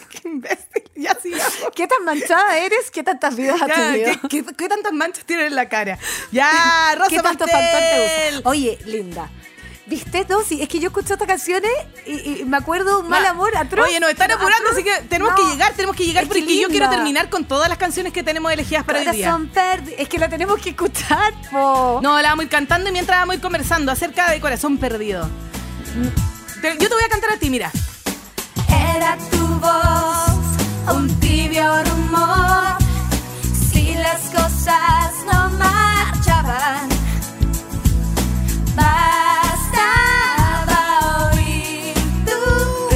[SPEAKER 1] Qué imbécil. Ya
[SPEAKER 2] [laughs]
[SPEAKER 1] sigamos.
[SPEAKER 2] ¿Qué tan manchada eres? ¿Qué tantas vidas has
[SPEAKER 1] Ya,
[SPEAKER 2] tenido?
[SPEAKER 1] ¿qué, qué- qué tantas manchas tiene en la
[SPEAKER 2] [laughs]
[SPEAKER 1] cara? Ya, Rosa
[SPEAKER 2] ¿Qué tanto
[SPEAKER 1] Pastel.
[SPEAKER 2] pantón te usa? Oye, linda. ¿Viste? No, sí, es que yo escucho estas canciones y, y me acuerdo un mal
[SPEAKER 1] No.
[SPEAKER 2] amor atroz.
[SPEAKER 1] Oye, nos están apurando,
[SPEAKER 2] Atroz.
[SPEAKER 1] así que tenemos que
[SPEAKER 2] No.
[SPEAKER 1] llegar, tenemos que llegar
[SPEAKER 2] Es que
[SPEAKER 1] porque yo quiero
[SPEAKER 2] linda.
[SPEAKER 1] terminar con todas las canciones que tenemos elegidas para hoy día.
[SPEAKER 2] Corazón perdi- Es que la tenemos que escuchar, po.
[SPEAKER 1] No, la vamos a ir cantando y mientras vamos a ir conversando acerca de Corazón Perdido. Te- Yo te voy a cantar a ti, mira.
[SPEAKER 3] Era tu voz un tibio rumor. Si las cosas no marchaban, basta
[SPEAKER 1] [laughs]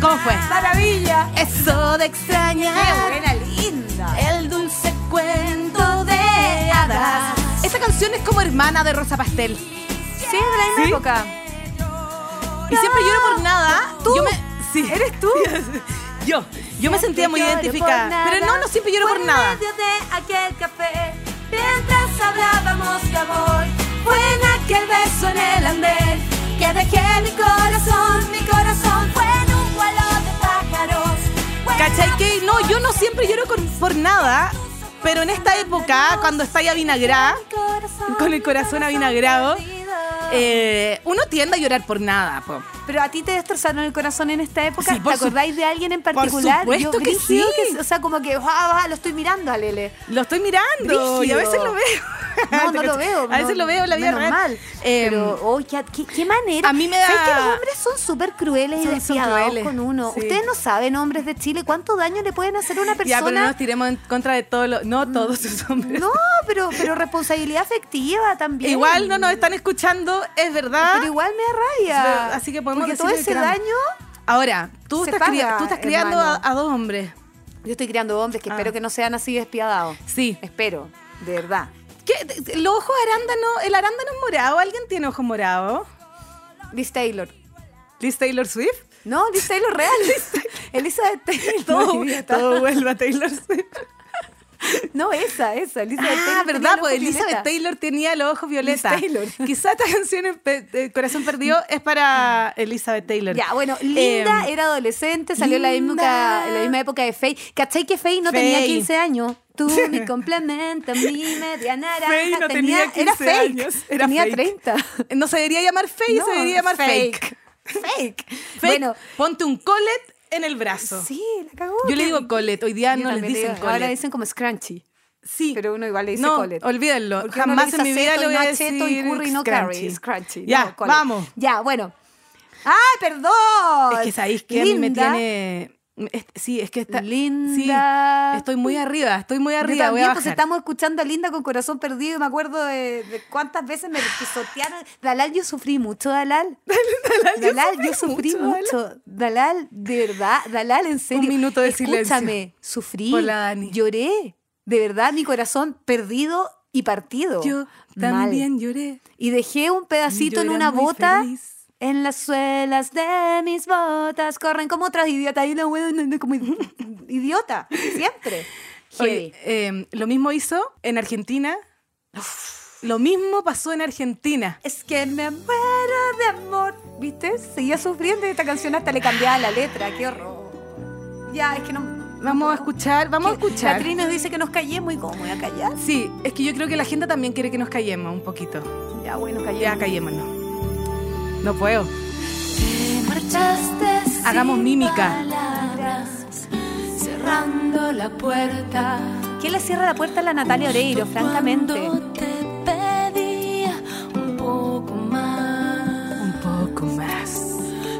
[SPEAKER 1] ¿Cómo fue?
[SPEAKER 2] ¡Maravilla!
[SPEAKER 1] Eso de
[SPEAKER 2] ¡Qué
[SPEAKER 1] extrañar
[SPEAKER 2] buena, linda!
[SPEAKER 1] el dulce cuento de hadas. Esa canción es como hermana de Rosa Pastel.
[SPEAKER 2] Sí, es de la misma
[SPEAKER 1] ¿Sí?
[SPEAKER 2] época.
[SPEAKER 1] Y siempre lloro por nada.
[SPEAKER 2] ¿Tú?
[SPEAKER 1] Yo me, sí.
[SPEAKER 2] ¿Eres tú?
[SPEAKER 1] [laughs] Yo. Yo me sentía muy
[SPEAKER 3] lloro
[SPEAKER 1] identificada.
[SPEAKER 3] por nada.
[SPEAKER 1] Pero no, no siempre lloro
[SPEAKER 3] Fue
[SPEAKER 1] por nada.
[SPEAKER 3] En medio de aquel café, mientras hablábamos de amor, fue en aquel beso en el andén que dejé mi corazón, mi corazón fue en un vuelo de pájaros. Fue
[SPEAKER 1] ¿Cachai que? No, yo no siempre lloro con- por nada. Pero en esta época, cuando está ya vinagrada,
[SPEAKER 3] mi corazón,
[SPEAKER 1] con el corazón avinagrado,
[SPEAKER 3] perdido.
[SPEAKER 1] eh, uno tiende a llorar por nada. po.
[SPEAKER 2] Pero a ti te destrozaron el corazón en esta época.
[SPEAKER 1] Sí, por
[SPEAKER 2] ¿Te
[SPEAKER 1] su-
[SPEAKER 2] acordáis de alguien en particular?
[SPEAKER 1] supuesto que
[SPEAKER 2] brígido
[SPEAKER 1] sí.
[SPEAKER 2] o sea, como que, ah, ah, lo estoy mirando
[SPEAKER 1] [laughs]
[SPEAKER 2] a Lele.
[SPEAKER 1] Lo estoy mirando y a
[SPEAKER 2] Brígido.
[SPEAKER 1] veces lo veo.
[SPEAKER 2] No, no lo
[SPEAKER 1] [laughs]
[SPEAKER 2] veo.
[SPEAKER 1] A veces
[SPEAKER 2] no,
[SPEAKER 1] lo veo en la vida
[SPEAKER 2] menos
[SPEAKER 1] real.
[SPEAKER 2] mal.
[SPEAKER 1] Eh,
[SPEAKER 2] pero, oh, qué, qué- qué manera.
[SPEAKER 1] a mí me
[SPEAKER 2] ¿Sabes
[SPEAKER 1] da-
[SPEAKER 2] que los hombres son súper crueles y
[SPEAKER 1] Son- son
[SPEAKER 2] despiadados
[SPEAKER 1] crueles,
[SPEAKER 2] con uno?
[SPEAKER 1] sí.
[SPEAKER 2] Ustedes no saben, hombres de Chile, cuánto daño le pueden hacer a una persona.
[SPEAKER 1] [laughs]
[SPEAKER 2] Mm,
[SPEAKER 1] Ya, pero no nos tiremos en contra de todos los. No todos esos hombres.
[SPEAKER 2] [laughs] No, pero, pero responsabilidad afectiva también.
[SPEAKER 1] Igual no nos están escuchando, es verdad.
[SPEAKER 2] Pero igual me da
[SPEAKER 1] Pero-
[SPEAKER 2] rabia.
[SPEAKER 1] así que podemos
[SPEAKER 2] Porque todo
[SPEAKER 1] decir que
[SPEAKER 2] ese
[SPEAKER 1] queramos.
[SPEAKER 2] daño.
[SPEAKER 1] Ahora, tú
[SPEAKER 2] Se
[SPEAKER 1] estás, cri-
[SPEAKER 2] paga,
[SPEAKER 1] tú estás criando a,
[SPEAKER 2] hermano.
[SPEAKER 1] a dos hombres.
[SPEAKER 2] Yo estoy criando hombres que
[SPEAKER 1] Ah.
[SPEAKER 2] espero que no sean así despiadados.
[SPEAKER 1] Sí.
[SPEAKER 2] Espero, de verdad.
[SPEAKER 1] ¿Qué? De- de- ¿Los ojos arándano? ¿El arándano es morado? ¿Alguien tiene ojo morado?
[SPEAKER 2] Liz Taylor.
[SPEAKER 1] ¿Liz Taylor
[SPEAKER 2] [laughs]
[SPEAKER 1] Swift?
[SPEAKER 2] No, Liz
[SPEAKER 1] [laughs]
[SPEAKER 2] Taylor real. Elizabeth Taylor.
[SPEAKER 1] Todo,
[SPEAKER 2] idiota.
[SPEAKER 1] todo vuelve a Taylor
[SPEAKER 2] [laughs]
[SPEAKER 1] Swift.
[SPEAKER 2] No, esa, esa. Elizabeth
[SPEAKER 1] Ah,
[SPEAKER 2] Taylor.
[SPEAKER 1] ¿verdad? Pues
[SPEAKER 2] Porque
[SPEAKER 1] Elizabeth Taylor tenía los ojos violeta.
[SPEAKER 2] Liz Taylor.
[SPEAKER 1] [laughs] Quizá esta canción, eh, pe- eh, Corazón Perdido, es para Elizabeth Taylor.
[SPEAKER 2] Ya, bueno, Linda
[SPEAKER 1] Em,
[SPEAKER 2] era adolescente, salió en la misma,
[SPEAKER 1] Linda.
[SPEAKER 2] época- en la misma época de Faye. ¿Cachai que Faye no tenía
[SPEAKER 1] Faye.
[SPEAKER 2] 15 años? Tú, mi complemento, mi media naranja.
[SPEAKER 1] Faye no tenía 15
[SPEAKER 2] era fake.
[SPEAKER 1] años, era
[SPEAKER 2] tenía
[SPEAKER 1] fake.
[SPEAKER 2] 30.
[SPEAKER 1] No se debería llamar Faye,
[SPEAKER 2] No,
[SPEAKER 1] se debería llamar Fake.
[SPEAKER 2] fake. Fake.
[SPEAKER 1] Fake,
[SPEAKER 2] Bueno,
[SPEAKER 1] ponte un colet en el brazo.
[SPEAKER 2] sí, la cagó.
[SPEAKER 1] Yo le digo
[SPEAKER 2] Yo
[SPEAKER 1] colet, hoy día no les
[SPEAKER 2] también
[SPEAKER 1] dicen
[SPEAKER 2] digo-
[SPEAKER 1] colet.
[SPEAKER 2] Ahora dicen como scrunchy.
[SPEAKER 1] sí,
[SPEAKER 2] pero uno igual le dice
[SPEAKER 1] no,
[SPEAKER 2] colet.
[SPEAKER 1] olvídenlo.
[SPEAKER 2] Porque uno
[SPEAKER 1] Jamás
[SPEAKER 2] le
[SPEAKER 1] en
[SPEAKER 2] dice
[SPEAKER 1] mi vida
[SPEAKER 2] aceto
[SPEAKER 1] le
[SPEAKER 2] y
[SPEAKER 1] voy a
[SPEAKER 2] no
[SPEAKER 1] decir
[SPEAKER 2] aceto y curry no curry,
[SPEAKER 1] scrunchy.
[SPEAKER 2] es crunchy.
[SPEAKER 1] Ya,
[SPEAKER 2] no, cole.
[SPEAKER 1] vamos.
[SPEAKER 2] Ya, bueno. ¡Ay,
[SPEAKER 1] Es
[SPEAKER 2] perdón!
[SPEAKER 1] que sabéis que a mí me tiene... es- sí, es que está...
[SPEAKER 2] Linda.
[SPEAKER 1] Sí, estoy muy arriba, estoy muy
[SPEAKER 2] Yo
[SPEAKER 1] arriba, voy
[SPEAKER 2] también,
[SPEAKER 1] a
[SPEAKER 2] pues
[SPEAKER 1] bajar.
[SPEAKER 2] estamos escuchando a Linda con corazón perdido y me acuerdo de, de cuántas veces me pisotearon. Dalal, yo sufrí
[SPEAKER 1] [laughs]
[SPEAKER 2] mucho, Dalal. Dalal,
[SPEAKER 1] yo
[SPEAKER 2] yo
[SPEAKER 1] sufrí
[SPEAKER 2] sufrí
[SPEAKER 1] mucho,
[SPEAKER 2] mucho. Dalal, de verdad, Dalal, en serio.
[SPEAKER 1] minuto de silencio.
[SPEAKER 2] Escúchame, sufrí,
[SPEAKER 1] Por la Dani.
[SPEAKER 2] lloré. De verdad, mi corazón perdido y partido.
[SPEAKER 1] Yo
[SPEAKER 2] Mal.
[SPEAKER 1] también lloré.
[SPEAKER 2] Y dejé un pedacito en
[SPEAKER 1] Yo era
[SPEAKER 2] una
[SPEAKER 1] muy
[SPEAKER 2] bota.
[SPEAKER 1] feliz.
[SPEAKER 2] En las suelas de mis botas corren como otras idiotas. Y una hueá como idi- [laughs] idiota, siempre. Heavy.
[SPEAKER 1] Oye, eh, lo mismo hizo en Argentina. Lo mismo pasó en Argentina.
[SPEAKER 2] Es que me muero de amor. ¿Viste? Seguía sufriendo y esta canción hasta le cambiaba la letra. ¡Qué horror! Ya, es que no.
[SPEAKER 1] Vamos a escuchar, vamos a
[SPEAKER 2] La
[SPEAKER 1] escuchar.
[SPEAKER 2] Tri nos dice que nos callemos y cómo voy a callar.
[SPEAKER 1] Sí, es que yo creo que la gente también quiere que nos callemos un poquito.
[SPEAKER 2] Ya, bueno,
[SPEAKER 1] Ya
[SPEAKER 2] callemos.
[SPEAKER 1] callémonos. No puedo.
[SPEAKER 3] Te marchaste sin
[SPEAKER 1] Hagamos mímica.
[SPEAKER 3] palabras, cerrando la puerta.
[SPEAKER 2] ¿Quién le cierra la puerta a la Natalia Oreiro, francamente?
[SPEAKER 3] Cuando te pedía un poco más.
[SPEAKER 1] Un poco más.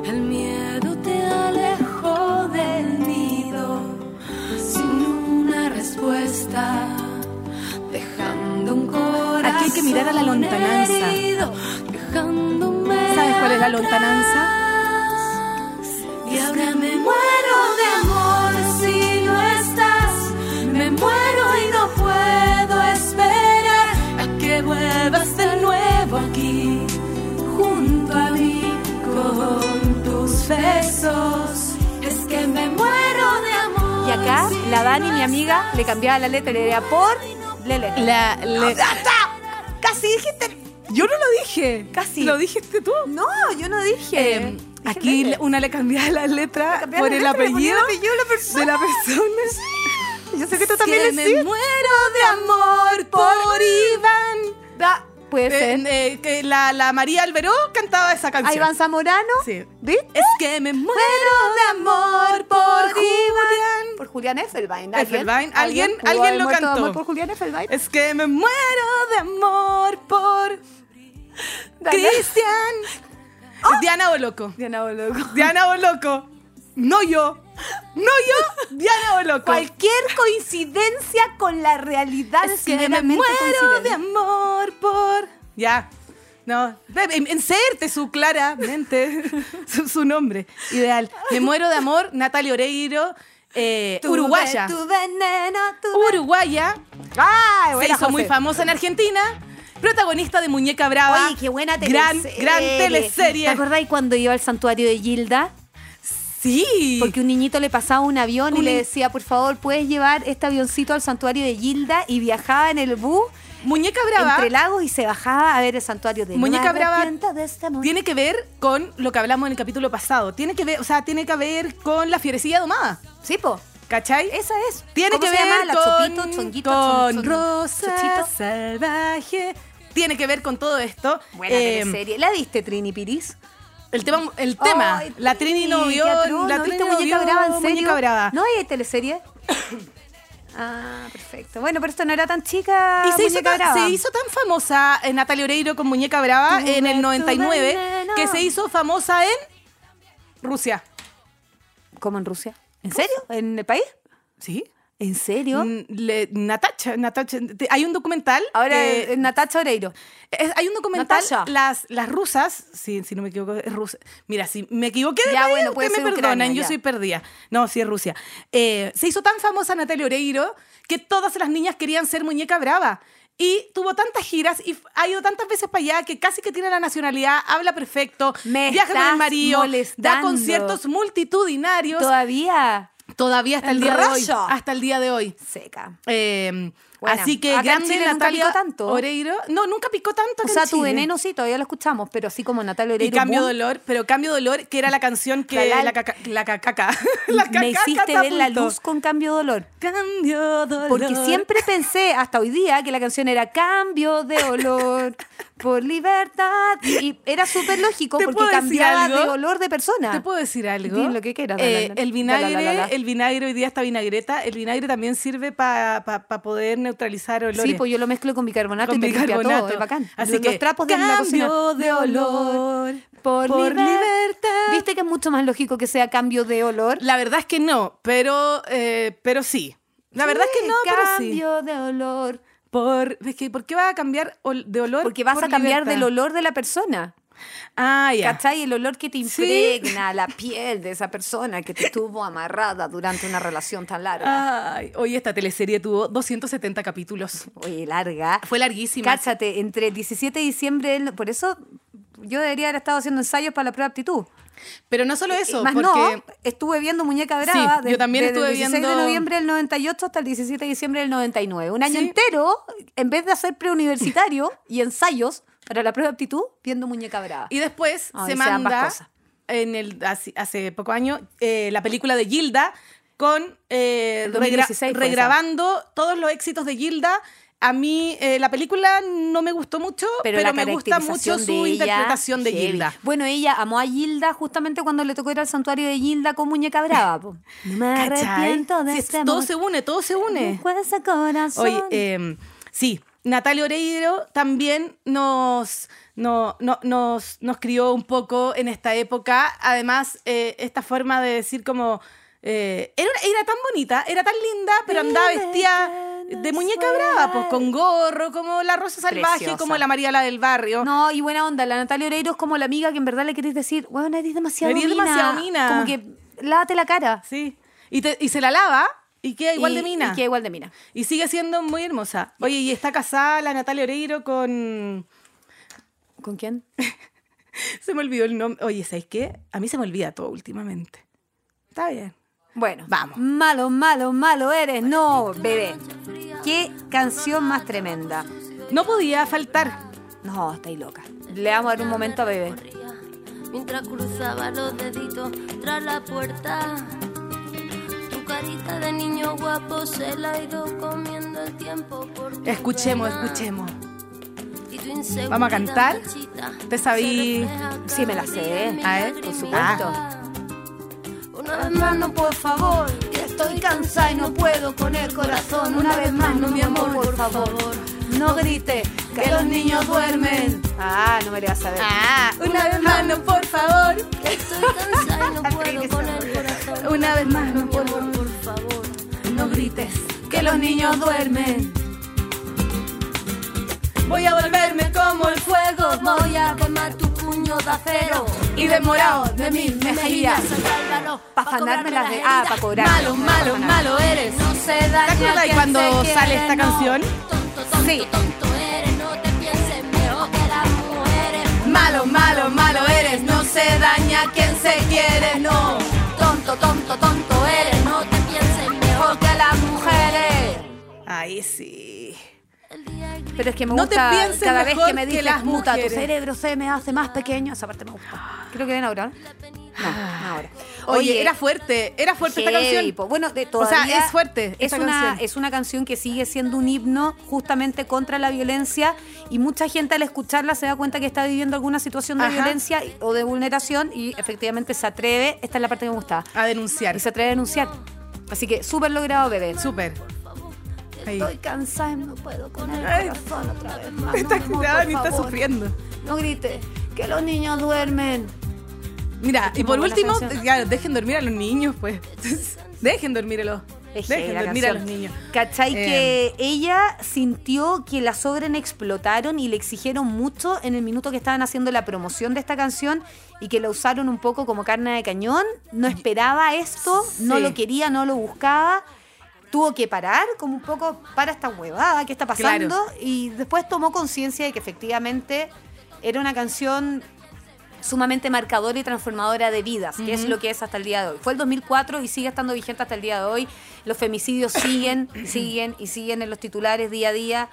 [SPEAKER 3] El miedo te alejó del nido sin una respuesta, dejando un corazón.
[SPEAKER 1] Aquí hay que mirar a la lontananza.
[SPEAKER 3] herido, dejándome
[SPEAKER 1] ¿Sabes cuál es la
[SPEAKER 3] atrás.
[SPEAKER 1] lontananza?
[SPEAKER 3] Y ahora me muero de amor si no estás. Me muero y no puedo esperar a que vuelvas de nuevo aquí, junto a mí, con tus besos. Es que me muero de amor.
[SPEAKER 2] Y acá,
[SPEAKER 3] si
[SPEAKER 2] la Dani,
[SPEAKER 3] no
[SPEAKER 2] mi amiga, le cambiaba la letra y le decía por Lele.
[SPEAKER 1] La,
[SPEAKER 2] Ah,
[SPEAKER 1] le-
[SPEAKER 2] Casi dijiste.
[SPEAKER 1] Yo no lo dije.
[SPEAKER 2] Casi.
[SPEAKER 1] Lo dijiste tú.
[SPEAKER 2] No, yo no dije.
[SPEAKER 1] Eh,
[SPEAKER 2] Dije
[SPEAKER 1] aquí
[SPEAKER 2] Lele.
[SPEAKER 1] una le cambiaba la letra
[SPEAKER 2] cambiaba
[SPEAKER 1] por
[SPEAKER 2] la
[SPEAKER 1] el
[SPEAKER 2] letra, le ponía
[SPEAKER 1] apellido,
[SPEAKER 2] el apellido a la
[SPEAKER 1] de la persona.
[SPEAKER 2] Yo sé que tú
[SPEAKER 1] Es que
[SPEAKER 2] también
[SPEAKER 1] me
[SPEAKER 2] le hiciste.
[SPEAKER 1] muero de amor por Iván.
[SPEAKER 2] Da, Puede ser.
[SPEAKER 1] Eh, eh, que la, la María Alberó cantaba esa
[SPEAKER 2] A
[SPEAKER 1] canción.
[SPEAKER 2] Iván Zamorano.
[SPEAKER 1] Sí.
[SPEAKER 2] ¿Viste?
[SPEAKER 1] Es que me muero de amor por Julián.
[SPEAKER 2] Por Julián Effelbein.
[SPEAKER 1] Effelbein, alguien-
[SPEAKER 2] pudo
[SPEAKER 1] alguien
[SPEAKER 2] haber
[SPEAKER 1] lo
[SPEAKER 2] muerto de
[SPEAKER 1] cantó.
[SPEAKER 2] amor por Julián Effelbein.
[SPEAKER 1] Es que me muero de amor por
[SPEAKER 2] Dale. Ah.
[SPEAKER 1] Cristian. Diana Boloco.
[SPEAKER 2] Diana Boloco.
[SPEAKER 1] Diana Boloco. No yo. No yo. Diana Boloco.
[SPEAKER 2] Cualquier coincidencia con la realidad
[SPEAKER 1] Es que me muero de amor por. Ya. No, en- inserte su claramente [laughs] su, su nombre ideal. Me muero de amor, Natalia Oreiro, eh,
[SPEAKER 2] Tu
[SPEAKER 1] uruguaya.
[SPEAKER 2] ve- Tu veneno, tu ve-
[SPEAKER 1] Uruguaya,
[SPEAKER 2] Ay,
[SPEAKER 1] se
[SPEAKER 2] buena,
[SPEAKER 1] hizo muy
[SPEAKER 2] José.
[SPEAKER 1] famosa en Argentina, protagonista de Muñeca Brava.
[SPEAKER 2] Oye, qué buena
[SPEAKER 1] gran,
[SPEAKER 2] teleserie.
[SPEAKER 1] gran teleserie.
[SPEAKER 2] ¿Te acordáis cuando iba al santuario de Gilda?
[SPEAKER 1] Sí.
[SPEAKER 2] Porque un niñito le pasaba un avión y
[SPEAKER 1] Un
[SPEAKER 2] le
[SPEAKER 1] ni-
[SPEAKER 2] decía, por favor, puedes llevar este avioncito al santuario de Gilda y viajaba en el bus
[SPEAKER 1] Muñeca Brava
[SPEAKER 2] entre lagos y se bajaba a ver el santuario de
[SPEAKER 1] Muñeca
[SPEAKER 2] "No me
[SPEAKER 1] Brava
[SPEAKER 2] arrepiento de este amor".
[SPEAKER 1] tiene que ver con lo que hablamos en el capítulo pasado. Tiene que ver, o sea, tiene que ver con la fierecilla domada.
[SPEAKER 2] Sí, po.
[SPEAKER 1] ¿Cachai?
[SPEAKER 2] Esa es.
[SPEAKER 1] Tiene
[SPEAKER 2] ¿Cómo
[SPEAKER 1] que
[SPEAKER 2] se llama?
[SPEAKER 1] ver
[SPEAKER 2] La
[SPEAKER 1] con,
[SPEAKER 2] Chopito, Chonguito,
[SPEAKER 1] con
[SPEAKER 2] Chon- Chon-
[SPEAKER 1] Rosa
[SPEAKER 2] Chochito.
[SPEAKER 1] Salvaje. Tiene que ver con todo esto.
[SPEAKER 2] Buena
[SPEAKER 1] Eh,
[SPEAKER 2] teleserie. ¿La viste, Trini Piris?
[SPEAKER 1] el tema, el tema
[SPEAKER 2] Ay,
[SPEAKER 1] la Trini no vio,
[SPEAKER 2] teatro,
[SPEAKER 1] la
[SPEAKER 2] ¿no
[SPEAKER 1] Trini
[SPEAKER 2] viste
[SPEAKER 1] no
[SPEAKER 2] Muñeca
[SPEAKER 1] vio
[SPEAKER 2] Brava, en serio?
[SPEAKER 1] Muñeca Brava.
[SPEAKER 2] ¿No hay teleserie? [coughs] ah, perfecto. Bueno, pero esto no era tan chica
[SPEAKER 1] Y se hizo,
[SPEAKER 2] Muñeca
[SPEAKER 1] tan,
[SPEAKER 2] Brava.
[SPEAKER 1] se hizo tan famosa eh, Natalia Oreiro con Muñeca Brava
[SPEAKER 2] Tu
[SPEAKER 1] en
[SPEAKER 2] ve-
[SPEAKER 1] el
[SPEAKER 2] tu
[SPEAKER 1] 99
[SPEAKER 2] veneno.
[SPEAKER 1] que se hizo famosa en Rusia.
[SPEAKER 2] ¿Cómo en Rusia? ¿En serio? ¿En el país?
[SPEAKER 1] ¿Sí?
[SPEAKER 2] ¿En serio?
[SPEAKER 1] Mm, Natacha, Natacha, te- hay un documental.
[SPEAKER 2] Ahora
[SPEAKER 1] que-
[SPEAKER 2] eh, Natacha Oreiro.
[SPEAKER 1] Es- hay un documental,
[SPEAKER 2] Natasha.
[SPEAKER 1] las, las rusas, si, si no me equivoco, es rusa. Mira, si me equivoqué, de
[SPEAKER 2] Ya,
[SPEAKER 1] medio,
[SPEAKER 2] bueno, puede
[SPEAKER 1] ustedes me
[SPEAKER 2] ser
[SPEAKER 1] perdonan,
[SPEAKER 2] Ucrania,
[SPEAKER 1] yo
[SPEAKER 2] ya.
[SPEAKER 1] soy perdida. No, sí es Rusia. Eh, se hizo tan famosa Natalia Oreiro que todas las niñas querían ser muñeca brava. Y tuvo tantas giras y f- ha ido tantas veces para allá que casi que tiene la nacionalidad, habla perfecto,
[SPEAKER 2] Me
[SPEAKER 1] viaja con
[SPEAKER 2] estás
[SPEAKER 1] el marido, da
[SPEAKER 2] molestando.
[SPEAKER 1] conciertos multitudinarios.
[SPEAKER 2] Todavía
[SPEAKER 1] todavía hasta el,
[SPEAKER 2] En
[SPEAKER 1] día de hoy.
[SPEAKER 2] Russia.
[SPEAKER 1] Hasta el día de hoy.
[SPEAKER 2] seca.
[SPEAKER 1] Eh,
[SPEAKER 2] Buena.
[SPEAKER 1] Así que
[SPEAKER 2] Acá en
[SPEAKER 1] grande
[SPEAKER 2] Chile nunca
[SPEAKER 1] Natalia
[SPEAKER 2] picó tanto.
[SPEAKER 1] Oreiro. No, nunca picó tanto.
[SPEAKER 2] O
[SPEAKER 1] acá
[SPEAKER 2] sea,
[SPEAKER 1] en
[SPEAKER 2] tu
[SPEAKER 1] Chile.
[SPEAKER 2] veneno sí, todavía lo escuchamos, pero así como Natalia
[SPEAKER 1] Y
[SPEAKER 2] Oreiro.
[SPEAKER 1] Cambio
[SPEAKER 2] boom,
[SPEAKER 1] Dolor, pero Cambio Dolor, que era la canción que.
[SPEAKER 2] La la-
[SPEAKER 1] La caca. La cacaca. [laughs] La
[SPEAKER 2] Me
[SPEAKER 1] cacaca
[SPEAKER 2] hiciste ver la
[SPEAKER 1] catapultó.
[SPEAKER 2] luz con cambio dolor.
[SPEAKER 1] Cambio Dolor.
[SPEAKER 2] Porque siempre pensé, hasta hoy día, que la canción era Cambio de
[SPEAKER 1] [laughs]
[SPEAKER 2] olor por libertad. Y, y era súper lógico
[SPEAKER 1] ¿Te
[SPEAKER 2] porque
[SPEAKER 1] puedo decir
[SPEAKER 2] cambiaba
[SPEAKER 1] algo?
[SPEAKER 2] de olor de persona.
[SPEAKER 1] ¿Te puedo decir algo?
[SPEAKER 2] Di lo que quieras,
[SPEAKER 1] Eh,
[SPEAKER 2] Dalala.
[SPEAKER 1] el vinagre,
[SPEAKER 2] Dalalala.
[SPEAKER 1] el vinagre hoy día está vinagreta. El vinagre también sirve para poder neutralizar olores.
[SPEAKER 2] Sí, pues yo lo mezclo con bicarbonato
[SPEAKER 1] Con
[SPEAKER 2] y me limpia todo,
[SPEAKER 1] bicarbonato.
[SPEAKER 2] es bacán.
[SPEAKER 1] Así
[SPEAKER 2] Los-
[SPEAKER 1] que,
[SPEAKER 2] los trapos de la
[SPEAKER 1] cambio
[SPEAKER 2] cocina.
[SPEAKER 1] de olor
[SPEAKER 2] por,
[SPEAKER 1] por
[SPEAKER 2] liber-
[SPEAKER 1] libertad.
[SPEAKER 2] Viste que es mucho más lógico que sea cambio de olor.
[SPEAKER 1] La verdad es que no, pero, eh, pero sí. La verdad es que no, pero sí.
[SPEAKER 2] Cambio de olor.
[SPEAKER 1] Por, es que, ¿Por qué vas a cambiar ol- de olor?
[SPEAKER 2] Porque vas
[SPEAKER 1] por
[SPEAKER 2] a cambiar
[SPEAKER 1] libertad?
[SPEAKER 2] del olor de la persona.
[SPEAKER 1] Ah, ya.
[SPEAKER 2] ¿Cachai? El olor que te
[SPEAKER 1] Sí.
[SPEAKER 2] impregna la piel de esa persona que te tuvo amarrada durante una relación tan larga.
[SPEAKER 1] Ay, hoy esta teleserie tuvo 270 capítulos.
[SPEAKER 2] Oye, larga.
[SPEAKER 1] Fue larguísima.
[SPEAKER 2] Cáchate, entre el 17 de diciembre, del- por eso yo debería haber estado haciendo ensayos para la prueba de aptitud.
[SPEAKER 1] Pero no solo eso,
[SPEAKER 2] Eh, Más
[SPEAKER 1] porque
[SPEAKER 2] no, estuve viendo Muñeca
[SPEAKER 1] Sí,
[SPEAKER 2] Brava
[SPEAKER 1] yo también
[SPEAKER 2] desde
[SPEAKER 1] estuve
[SPEAKER 2] el 16 de
[SPEAKER 1] viendo-
[SPEAKER 2] noviembre del 98 hasta el 17 de diciembre del 99. Un año
[SPEAKER 1] Sí.
[SPEAKER 2] entero, en vez de hacer preuniversitario y ensayos para la prueba de aptitud, viendo Muñeca Brava.
[SPEAKER 1] y después
[SPEAKER 2] Ay,
[SPEAKER 1] se
[SPEAKER 2] sea ambas
[SPEAKER 1] manda
[SPEAKER 2] cosas.
[SPEAKER 1] en el hace, hace poco año eh, la película de Gilda con eh,
[SPEAKER 2] El 2016
[SPEAKER 1] regra-
[SPEAKER 2] fue esa.
[SPEAKER 1] regrabando todos los éxitos de Gilda. A mí eh, la película no me gustó mucho, pero,
[SPEAKER 2] la
[SPEAKER 1] me gusta mucho
[SPEAKER 2] caracterización
[SPEAKER 1] su
[SPEAKER 2] de ella,
[SPEAKER 1] interpretación de
[SPEAKER 2] heavy.
[SPEAKER 1] Gilda.
[SPEAKER 2] Bueno, ella amó a Gilda justamente cuando le tocó ir al santuario de Gilda con muñeca brava. po. No me
[SPEAKER 1] ¿Cachai?
[SPEAKER 2] arrepiento de
[SPEAKER 1] Sí,
[SPEAKER 2] este
[SPEAKER 1] todo
[SPEAKER 2] amor.
[SPEAKER 1] se une, todo se une.
[SPEAKER 2] Con ese corazón.
[SPEAKER 1] Oye, eh, sí, Natalia Oreiro también nos, no, no- nos, nos crió un poco en esta época. Además, eh, esta forma de decir como... eh, era, era tan bonita, era tan linda, pero andaba
[SPEAKER 2] Dime
[SPEAKER 1] vestida
[SPEAKER 2] que no
[SPEAKER 1] de muñeca
[SPEAKER 2] soy
[SPEAKER 1] brava, pues
[SPEAKER 2] real.
[SPEAKER 1] con gorro, como la Rosa Salvaje,
[SPEAKER 2] Preciosa.
[SPEAKER 1] como la María la del Barrio.
[SPEAKER 2] No, y buena onda. La Natalia Oreiro es como la amiga que en verdad le querés decir, bueno, eres demasiado
[SPEAKER 1] Eres
[SPEAKER 2] mina.
[SPEAKER 1] demasiado mina.
[SPEAKER 2] Como que lávate la cara.
[SPEAKER 1] Sí. Y, te- y se la lava y queda igual
[SPEAKER 2] Y-
[SPEAKER 1] de mina.
[SPEAKER 2] Y queda igual de mina.
[SPEAKER 1] Y sigue siendo muy hermosa. Oye, y está casada la Natalia Oreiro con...
[SPEAKER 2] ¿Con quién?
[SPEAKER 1] Se me olvidó el nombre. Oye, ¿sabes qué? A mí se me olvida todo últimamente. Está bien.
[SPEAKER 2] Bueno,
[SPEAKER 1] Vamos.
[SPEAKER 2] Malo, malo, malo eres. No, bebé. Qué canción más tremenda.
[SPEAKER 1] No podía faltar.
[SPEAKER 2] No, estáis loca. Le vamos a dar un momento a bebé.
[SPEAKER 4] corría mientras cruzaba los deditos tras la puerta. Tu carita de niño guapo se la ha ido comiendo el tiempo. Por tu
[SPEAKER 1] Escuchemos,
[SPEAKER 4] pena.
[SPEAKER 1] escuchemos.
[SPEAKER 4] Y tu inseguridad,
[SPEAKER 1] Vamos a cantar.
[SPEAKER 4] cachita,
[SPEAKER 1] Te sabí-
[SPEAKER 4] se refleja
[SPEAKER 2] Sí, me la
[SPEAKER 4] cada
[SPEAKER 2] sé.
[SPEAKER 4] día en mi
[SPEAKER 1] A ver, por
[SPEAKER 4] lagrimita. Una vez más, no, por favor, que estoy cansada y no puedo con el corazón. Una vez más, no, mi amor, por favor.
[SPEAKER 2] No grite, que los niños duermen. Ah, no me lo vas a ver.
[SPEAKER 1] Una vez más, no, por favor.
[SPEAKER 4] Estoy cansada
[SPEAKER 1] [laughs]
[SPEAKER 4] y no puedo con el corazón.
[SPEAKER 1] Una vez más, no
[SPEAKER 4] mi amor, por favor.
[SPEAKER 1] No grites, que los niños duermen. Voy a volverme como el fuego.
[SPEAKER 4] Voy a de acero
[SPEAKER 1] y demorado de mis
[SPEAKER 4] mejillas.
[SPEAKER 1] mejillas.
[SPEAKER 2] Pa' afanarme las de- ah, pa' cobrar.
[SPEAKER 4] Malo, malo,
[SPEAKER 2] Afanar.
[SPEAKER 4] malo eres. No se daña.
[SPEAKER 1] acuerdas
[SPEAKER 4] quien
[SPEAKER 1] cuando
[SPEAKER 4] se quiere,
[SPEAKER 1] sale esta
[SPEAKER 4] no.
[SPEAKER 1] canción?
[SPEAKER 4] Tonto, tonto,
[SPEAKER 2] Sí.
[SPEAKER 4] tonto eres. No te pienses mejor que las mujeres.
[SPEAKER 1] Malo, malo, malo eres, no se daña quien se quiere, no.
[SPEAKER 4] Tonto, tonto, tonto eres. No te pienses mejor que las mujeres.
[SPEAKER 1] Ahí sí.
[SPEAKER 2] Pero es que me
[SPEAKER 1] No te
[SPEAKER 2] gusta
[SPEAKER 1] pienses
[SPEAKER 2] cada vez
[SPEAKER 1] mejor
[SPEAKER 2] que me
[SPEAKER 1] que
[SPEAKER 2] dicen
[SPEAKER 1] las
[SPEAKER 2] muta, tu
[SPEAKER 1] mujeres".
[SPEAKER 2] cerebro se me hace más pequeño. Esa parte me gusta. Creo que ven ahora. No, no ahora.
[SPEAKER 1] Oye, era fuerte, era fuerte esta
[SPEAKER 2] heavy,
[SPEAKER 1] canción.
[SPEAKER 2] po. Bueno, de-
[SPEAKER 1] O sea,
[SPEAKER 2] todavía
[SPEAKER 1] es fuerte
[SPEAKER 2] Es
[SPEAKER 1] esta
[SPEAKER 2] una,
[SPEAKER 1] canción.
[SPEAKER 2] es una canción que sigue siendo un himno justamente contra la violencia y mucha gente al escucharla se da cuenta que está viviendo alguna situación de
[SPEAKER 1] Ajá.
[SPEAKER 2] violencia o de vulneración y efectivamente se atreve, esta es la parte que me gustaba,
[SPEAKER 1] A denunciar.
[SPEAKER 2] y se atreve a denunciar. Así que súper logrado, bebé.
[SPEAKER 1] Súper. Ahí.
[SPEAKER 2] Estoy cansada y no puedo con el
[SPEAKER 1] Ay.
[SPEAKER 2] corazón otra vez más.
[SPEAKER 1] Esta
[SPEAKER 2] Mi amor,
[SPEAKER 1] Dani
[SPEAKER 2] por
[SPEAKER 1] está
[SPEAKER 2] favor,
[SPEAKER 1] sufriendo.
[SPEAKER 2] No grite, que los niños duermen.
[SPEAKER 1] Mira, y
[SPEAKER 2] muy
[SPEAKER 1] por
[SPEAKER 2] buena
[SPEAKER 1] último,
[SPEAKER 2] canción.
[SPEAKER 1] claro, dejen dormir a los niños, pues. Dejen dormir a los.
[SPEAKER 2] Es heavy
[SPEAKER 1] Dejen
[SPEAKER 2] la
[SPEAKER 1] dormir a
[SPEAKER 2] canción.
[SPEAKER 1] los niños.
[SPEAKER 2] ¿Cachai?
[SPEAKER 1] Eh,
[SPEAKER 2] que ella sintió que la sobren explotaron y le exigieron mucho en el minuto que estaban haciendo la promoción de esta canción y que la usaron un poco como carne de cañón. No esperaba esto, no
[SPEAKER 1] Sí.
[SPEAKER 2] lo quería, no lo buscaba. Tuvo que parar como un poco para esta huevada que está pasando y después tomó conciencia de que efectivamente era una canción sumamente marcadora y transformadora de vidas, que es lo que es hasta el día de hoy. Fue el 2004 y sigue estando vigente hasta el día de hoy.
[SPEAKER 1] [coughs]
[SPEAKER 2] Los femicidios siguen, siguen y siguen en los titulares día a día.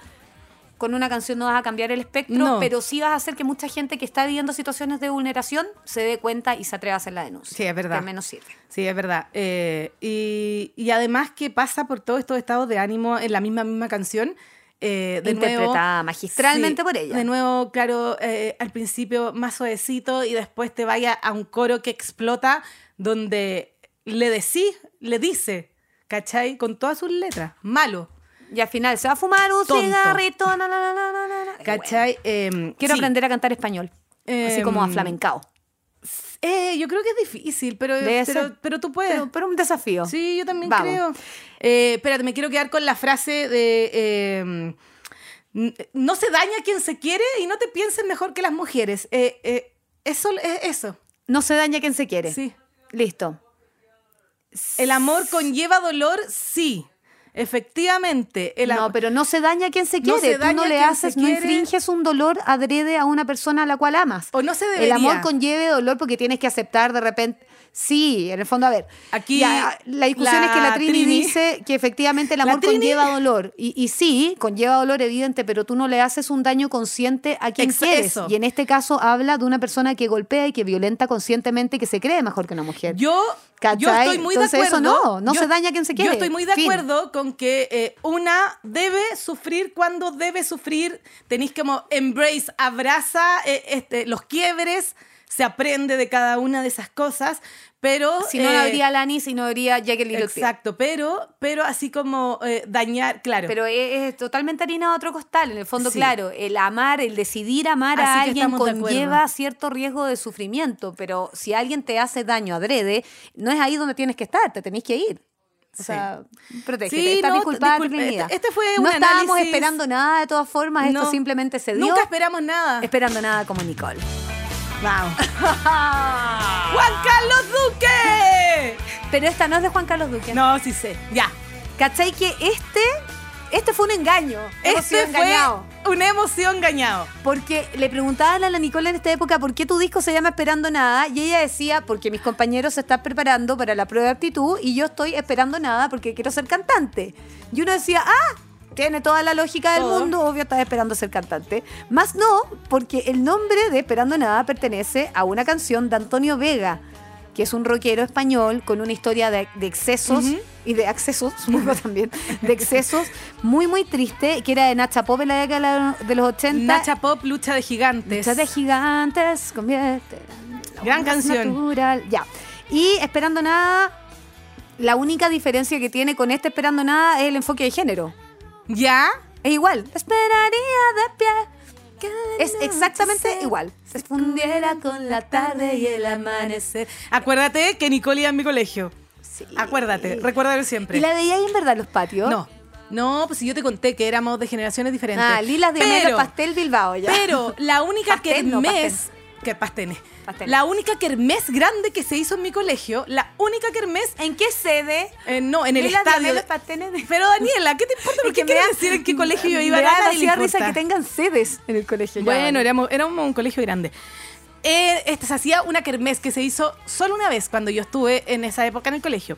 [SPEAKER 2] Con una canción no vas a cambiar el espectro,
[SPEAKER 1] No.
[SPEAKER 2] pero sí vas a hacer que mucha gente que está viviendo situaciones de vulneración se dé cuenta y se atreva a hacer la denuncia.
[SPEAKER 1] Sí, es verdad.
[SPEAKER 2] Que al menos sirve.
[SPEAKER 1] Sí, es verdad. Eh, y, y además que pasa por todos estos estados de ánimo en la misma misma canción. eh, de
[SPEAKER 2] Interpretada
[SPEAKER 1] nuevo,
[SPEAKER 2] magistralmente por ella.
[SPEAKER 1] De nuevo, claro, eh, al principio más suavecito y después te vaya a un coro que explota donde le decís, le dice, ¿cachai? Con todas sus letras. Malo,
[SPEAKER 2] Y al final se va a fumar un
[SPEAKER 1] Tonto.
[SPEAKER 2] cigarrito. na, na, na, na, na, na.
[SPEAKER 1] ¿cachai? Em,
[SPEAKER 2] Quiero
[SPEAKER 1] sí.
[SPEAKER 2] aprender a cantar español, así como a
[SPEAKER 1] Em,
[SPEAKER 2] flamencao.
[SPEAKER 1] Eh, yo creo que es difícil, pero,
[SPEAKER 2] Debe
[SPEAKER 1] eh, pero,
[SPEAKER 2] ser.
[SPEAKER 1] pero tú puedes.
[SPEAKER 2] Pero, pero un desafío.
[SPEAKER 1] Sí, yo también
[SPEAKER 2] Vamos.
[SPEAKER 1] creo. Eh, espérate, me quiero quedar con la frase de. eh, n- no se daña quien se quiere y no te pienses mejor que las mujeres. Eh, eh, eso es eso.
[SPEAKER 2] No se daña quien se quiere.
[SPEAKER 1] Sí.
[SPEAKER 2] Listo.
[SPEAKER 1] El amor conlleva dolor, sí. Efectivamente. El
[SPEAKER 2] no,
[SPEAKER 1] am-
[SPEAKER 2] pero no se daña a quien se
[SPEAKER 1] No
[SPEAKER 2] quiere.
[SPEAKER 1] se
[SPEAKER 2] Tú
[SPEAKER 1] daña
[SPEAKER 2] no
[SPEAKER 1] a
[SPEAKER 2] le
[SPEAKER 1] quien
[SPEAKER 2] haces,
[SPEAKER 1] se
[SPEAKER 2] no
[SPEAKER 1] quiere.
[SPEAKER 2] infringes un dolor adrede a una persona a la cual amas.
[SPEAKER 1] O no se
[SPEAKER 2] El
[SPEAKER 1] debería.
[SPEAKER 2] amor conlleve dolor porque tienes que aceptar de repente. Sí, en el fondo, a ver.
[SPEAKER 1] Aquí
[SPEAKER 2] ya, la discusión
[SPEAKER 1] la
[SPEAKER 2] es que la Trini,
[SPEAKER 1] Trini-
[SPEAKER 2] dice que efectivamente el
[SPEAKER 1] La
[SPEAKER 2] amor
[SPEAKER 1] Trini-
[SPEAKER 2] conlleva dolor. Y, y sí, conlleva dolor evidente, pero tú no le haces un daño consciente a quien
[SPEAKER 1] Ex-
[SPEAKER 2] quieres.
[SPEAKER 1] eso.
[SPEAKER 2] Y en este caso habla de una persona que golpea y que violenta conscientemente y que se cree mejor que una mujer.
[SPEAKER 1] Yo, yo
[SPEAKER 2] ¿Cachai?
[SPEAKER 1] estoy muy
[SPEAKER 2] Entonces,
[SPEAKER 1] de
[SPEAKER 2] eso
[SPEAKER 1] acuerdo.
[SPEAKER 2] no, no
[SPEAKER 1] Yo-
[SPEAKER 2] se daña quien se quiere.
[SPEAKER 1] Yo estoy muy de
[SPEAKER 2] Fin.
[SPEAKER 1] acuerdo con que eh, una debe sufrir cuando debe sufrir. Tenéis como embrace, abraza eh, este, los quiebres, se aprende de cada una de esas cosas, pero.
[SPEAKER 2] si no, no
[SPEAKER 1] eh,
[SPEAKER 2] habría Lani, si no habría Jackie Little Pill.
[SPEAKER 1] Exacto, pero, pero así como eh, dañar, claro.
[SPEAKER 2] Pero es, es totalmente harina de otro costal. En el fondo,
[SPEAKER 1] Sí.
[SPEAKER 2] claro, el amar, el decidir amar
[SPEAKER 1] Así
[SPEAKER 2] a
[SPEAKER 1] que
[SPEAKER 2] alguien
[SPEAKER 1] estamos de
[SPEAKER 2] conlleva
[SPEAKER 1] acuerdo.
[SPEAKER 2] cierto riesgo de sufrimiento. Pero si alguien te hace daño adrede, no es ahí donde tienes que estar, te tenés que ir. O
[SPEAKER 1] Sí.
[SPEAKER 2] sea, protégete.
[SPEAKER 1] Sí,
[SPEAKER 2] Estás
[SPEAKER 1] no,
[SPEAKER 2] disculpada,
[SPEAKER 1] disculpe,
[SPEAKER 2] Trinidad.
[SPEAKER 1] este- este fue
[SPEAKER 2] No
[SPEAKER 1] un
[SPEAKER 2] estábamos
[SPEAKER 1] análisis-
[SPEAKER 2] esperando nada, de todas formas, esto
[SPEAKER 1] No.
[SPEAKER 2] simplemente se dio.
[SPEAKER 1] Nunca esperamos nada.
[SPEAKER 2] esperando nada como Nicole.
[SPEAKER 1] Vamos. ¡Juan Carlos
[SPEAKER 2] [laughs]
[SPEAKER 1] Duque!
[SPEAKER 2] [laughs] Pero esta no es de Juan Carlos Duque.
[SPEAKER 1] No, sí sé. Ya.
[SPEAKER 2] ¿Cachai que este, este fue un engaño? Hemos sido
[SPEAKER 1] Este
[SPEAKER 2] engañados.
[SPEAKER 1] fue una emoción engañado.
[SPEAKER 2] Porque le preguntaban a la Nicole en esta época por qué tu disco se llama Esperando Nada y ella decía porque mis compañeros se están preparando para la prueba de aptitud y yo estoy esperando nada porque quiero ser cantante. Y uno decía, ah, tiene toda la lógica del
[SPEAKER 1] Todo.
[SPEAKER 2] mundo, obvio estás esperando ser cantante. Más no, porque el nombre de Esperando Nada pertenece a una canción de Antonio Vega que es un rockero español con una historia de, de excesos
[SPEAKER 1] Ujú.
[SPEAKER 2] y de accesos, [laughs] supongo también, de excesos, muy, muy triste, que era de Nacha Pop en la década de los 80.
[SPEAKER 1] Nacha Pop, lucha de gigantes.
[SPEAKER 2] Lucha de gigantes convierte. la
[SPEAKER 1] Gran
[SPEAKER 2] onda
[SPEAKER 1] canción.
[SPEAKER 2] natural. Ya. Y Esperando Nada, la única diferencia que tiene con este Esperando Nada es el enfoque de género.
[SPEAKER 1] ¿Ya?
[SPEAKER 2] Es igual. Esperaría de pie. Es exactamente igual. Se fundiera con la tarde y el amanecer.
[SPEAKER 1] Acuérdate que Nicole iba en mi colegio.
[SPEAKER 2] Sí.
[SPEAKER 1] Acuérdate, recuérdalo siempre.
[SPEAKER 2] ¿Y la veía ahí en verdad los patios?
[SPEAKER 1] No, no, pues si yo te conté que éramos de generaciones diferentes.
[SPEAKER 2] Ah, Lilas Ah, de Amero,
[SPEAKER 1] Pero-
[SPEAKER 2] [laughs] Pastel Bilbao ya.
[SPEAKER 1] Pero la única que
[SPEAKER 2] Pastel, no,
[SPEAKER 1] mes, que pastenes.
[SPEAKER 2] Pastenes.
[SPEAKER 1] La única kermés grande que se hizo en mi colegio, la única kermés,
[SPEAKER 2] ¿En qué sede?
[SPEAKER 1] eh, no, en el
[SPEAKER 2] Milan
[SPEAKER 1] estadio.
[SPEAKER 2] Llanero, pastenes de-
[SPEAKER 1] Pero Daniela, ¿qué te importa? ¿Por
[SPEAKER 2] Es que
[SPEAKER 1] qué
[SPEAKER 2] me
[SPEAKER 1] quieres
[SPEAKER 2] da-
[SPEAKER 1] decir en qué colegio yo iba?
[SPEAKER 2] Me
[SPEAKER 1] A
[SPEAKER 2] da
[SPEAKER 1] nadie le
[SPEAKER 2] demasiada risa
[SPEAKER 1] importa.
[SPEAKER 2] que tengan sedes en el colegio. ya,
[SPEAKER 1] Bueno,
[SPEAKER 2] vale.
[SPEAKER 1] éramos, éramos un colegio grande. Eh, este, se hacía una kermés que se hizo solo una vez cuando yo estuve en esa época en el colegio.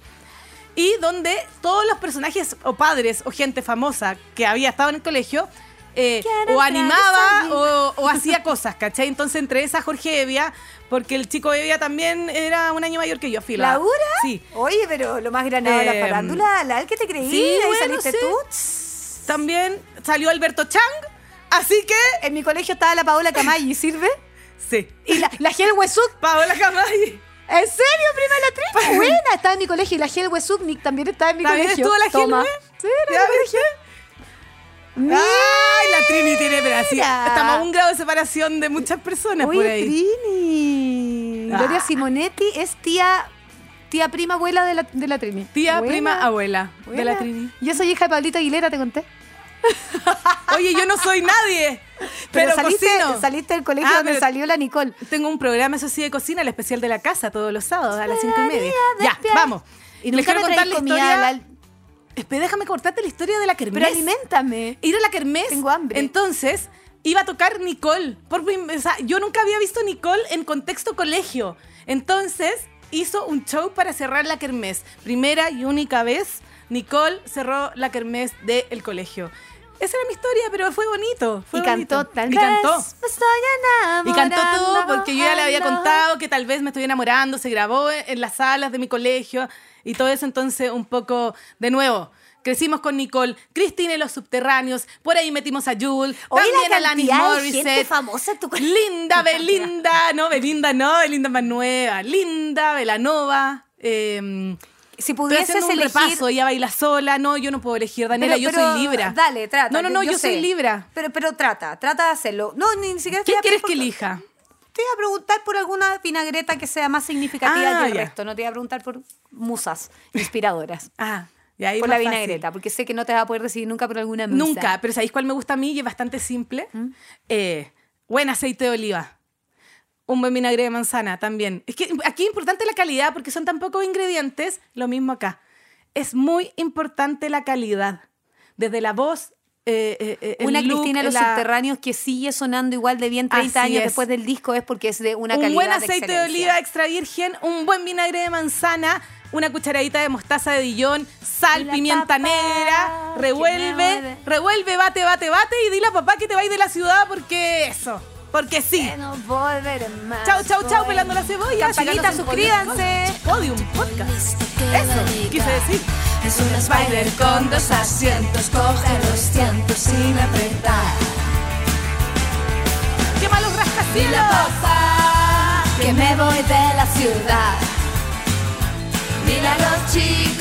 [SPEAKER 1] Y donde todos los personajes o padres o gente famosa que había estado en el colegio eh,
[SPEAKER 2] Quiero
[SPEAKER 1] o
[SPEAKER 2] entrar al
[SPEAKER 1] animaba
[SPEAKER 2] sol.
[SPEAKER 1] o, o hacía [laughs] cosas, ¿cachai? Entonces entre esa Jorge Evia, porque el chico Evia también era un año mayor que yo, fila.
[SPEAKER 2] ¿Laura?
[SPEAKER 1] Sí.
[SPEAKER 2] Oye, pero lo más granado de la
[SPEAKER 1] Eh,
[SPEAKER 2] farándula, la que te creí, ahí
[SPEAKER 1] bueno,
[SPEAKER 2] saliste
[SPEAKER 1] sí.
[SPEAKER 2] tú.
[SPEAKER 1] También salió Alberto Chang, así que
[SPEAKER 2] En mi colegio estaba la Paola
[SPEAKER 1] [laughs]
[SPEAKER 2] Camay, ¿sirve?
[SPEAKER 1] sí.
[SPEAKER 2] Y la, la Gel Huesuk.
[SPEAKER 1] Paola Camay.
[SPEAKER 2] ¿En serio, prima la
[SPEAKER 1] [laughs]
[SPEAKER 2] actriz? Buena, estaba en mi colegio. Y la Gel Huesuk ni- también estaba en mi
[SPEAKER 1] ¿También
[SPEAKER 2] colegio.
[SPEAKER 1] estuvo la Gel
[SPEAKER 2] Toma.
[SPEAKER 1] Hue?
[SPEAKER 2] Sí, era
[SPEAKER 1] ¿Ya Ah,
[SPEAKER 2] mi colegio. Mira.
[SPEAKER 1] ¡Ay, la Trini tiene pero así
[SPEAKER 2] Mira.
[SPEAKER 1] Estamos a un grado de separación de muchas personas por
[SPEAKER 2] Oye,
[SPEAKER 1] ahí.
[SPEAKER 2] Trini.
[SPEAKER 1] Ah.
[SPEAKER 2] Gloria Simonetti es tía, tía prima abuela de la, de la Trini.
[SPEAKER 1] Tía,
[SPEAKER 2] Buena,
[SPEAKER 1] prima, abuela de
[SPEAKER 2] buena.
[SPEAKER 1] la Trini.
[SPEAKER 2] Yo soy hija de Pablito Aguilera, te conté.
[SPEAKER 1] Oye, yo no soy nadie, pero,
[SPEAKER 2] saliste,
[SPEAKER 1] cocino.
[SPEAKER 2] saliste del colegio
[SPEAKER 1] Ah,
[SPEAKER 2] donde
[SPEAKER 1] pero-
[SPEAKER 2] salió la Nicole.
[SPEAKER 1] Tengo un programa, eso sí, de cocina, el especial de la casa, todos los sábados a las cinco y media. Ya,
[SPEAKER 2] despiar-
[SPEAKER 1] vamos.
[SPEAKER 2] Y
[SPEAKER 1] Ah, Les
[SPEAKER 2] nunca
[SPEAKER 1] quiero
[SPEAKER 2] me
[SPEAKER 1] contar
[SPEAKER 2] traes
[SPEAKER 1] la
[SPEAKER 2] comida.
[SPEAKER 1] historia.
[SPEAKER 2] la-
[SPEAKER 1] Espe- Déjame cortarte la historia de la kermés.
[SPEAKER 2] Pero alimentame.
[SPEAKER 1] ir a la kermés.
[SPEAKER 2] Tengo hambre.
[SPEAKER 1] Entonces, iba a tocar Nicole. Por, prim- o sea, yo nunca había visto Nicole en contexto colegio. Entonces, hizo un show para cerrar la kermés. Primera y única vez, Nicole cerró la kermés del colegio. Esa era mi historia, pero fue bonito. fue
[SPEAKER 2] Y cantó
[SPEAKER 1] bonito.
[SPEAKER 2] tal
[SPEAKER 1] Y
[SPEAKER 2] vez
[SPEAKER 1] cantó.
[SPEAKER 2] me estoy
[SPEAKER 1] Y cantó todo
[SPEAKER 2] enamorando.
[SPEAKER 1] porque yo ya le había
[SPEAKER 2] Ay, no.
[SPEAKER 1] contado que tal vez me estoy enamorando, se grabó en las salas de mi colegio y todo eso entonces un poco de nuevo. Crecimos con Nicole, Cristina y los subterráneos, por ahí metimos a Jul,
[SPEAKER 2] Oye,
[SPEAKER 1] también
[SPEAKER 2] la
[SPEAKER 1] a Lanny
[SPEAKER 2] cantidad de gente
[SPEAKER 1] Morissette,
[SPEAKER 2] famosa en tu colegio. [laughs]
[SPEAKER 1] Linda, Belinda, no, Belinda no, Belinda más nueva, Linda, Belanova, eh,
[SPEAKER 2] Si
[SPEAKER 1] Estoy
[SPEAKER 2] pudieses
[SPEAKER 1] haciendo un
[SPEAKER 2] elegir...
[SPEAKER 1] repaso, ella baila sola, no, yo no puedo elegir, Daniela,
[SPEAKER 2] Pero-
[SPEAKER 1] yo
[SPEAKER 2] pero
[SPEAKER 1] soy Libra.
[SPEAKER 2] Dale, trata.
[SPEAKER 1] No, no, no, yo, soy
[SPEAKER 2] sé.
[SPEAKER 1] Libra.
[SPEAKER 2] Pero, pero trata, trata de hacerlo. No, ni siquiera
[SPEAKER 1] ¿Qué
[SPEAKER 2] te voy a
[SPEAKER 1] quieres
[SPEAKER 2] preguntar-
[SPEAKER 1] que elija?
[SPEAKER 2] Te iba a preguntar por alguna vinagreta que sea más significativa
[SPEAKER 1] Ah,
[SPEAKER 2] que el
[SPEAKER 1] ya.
[SPEAKER 2] resto. No te iba a preguntar por musas inspiradoras.
[SPEAKER 1] Ah, y ahí
[SPEAKER 2] por la
[SPEAKER 1] más fácil.
[SPEAKER 2] vinagreta, porque sé que no te vas a poder decidir nunca por alguna musa.
[SPEAKER 1] Nunca, pero ¿sabéis cuál me gusta a mí? Y es bastante simple.
[SPEAKER 2] ¿Mm?
[SPEAKER 1] Eh, buen aceite de oliva. Un buen vinagre de manzana también. Es que aquí es importante la calidad porque son tan pocos ingredientes. Lo mismo acá. Es muy importante la calidad. Desde la voz. eh, eh, eh, el
[SPEAKER 2] Una
[SPEAKER 1] look,
[SPEAKER 2] Cristina de los
[SPEAKER 1] la-
[SPEAKER 2] subterráneos que sigue sonando igual de bien 30
[SPEAKER 1] Así
[SPEAKER 2] años
[SPEAKER 1] es.
[SPEAKER 2] después del disco es porque es de una
[SPEAKER 1] Un
[SPEAKER 2] calidad
[SPEAKER 1] buen
[SPEAKER 2] de
[SPEAKER 1] aceite de,
[SPEAKER 2] excelencia.
[SPEAKER 1] oliva extra virgen, un buen vinagre de manzana, una cucharadita de mostaza de Dijon, sal,
[SPEAKER 2] Dile a
[SPEAKER 1] pimienta
[SPEAKER 2] papá
[SPEAKER 1] negra,
[SPEAKER 2] que me mueve.
[SPEAKER 1] revuelve, revuelve, bate, bate, bate y dile a papá que te vais de la ciudad porque eso, porque sí.
[SPEAKER 2] Que no volveré más.
[SPEAKER 1] Chau, chau, chau,
[SPEAKER 2] Voy.
[SPEAKER 1] pelando la cebolla.
[SPEAKER 2] Campanita,
[SPEAKER 1] Síganos en
[SPEAKER 2] suscríbanse.
[SPEAKER 1] Podium Podcast. Eso quise decir.
[SPEAKER 3] Es un Spider con dos asientos, coge los cientos sin apretar.
[SPEAKER 1] ¡Qué malos
[SPEAKER 3] Dile
[SPEAKER 1] rascacielos!
[SPEAKER 3] a papá que me voy de la ciudad. Dile a los chicos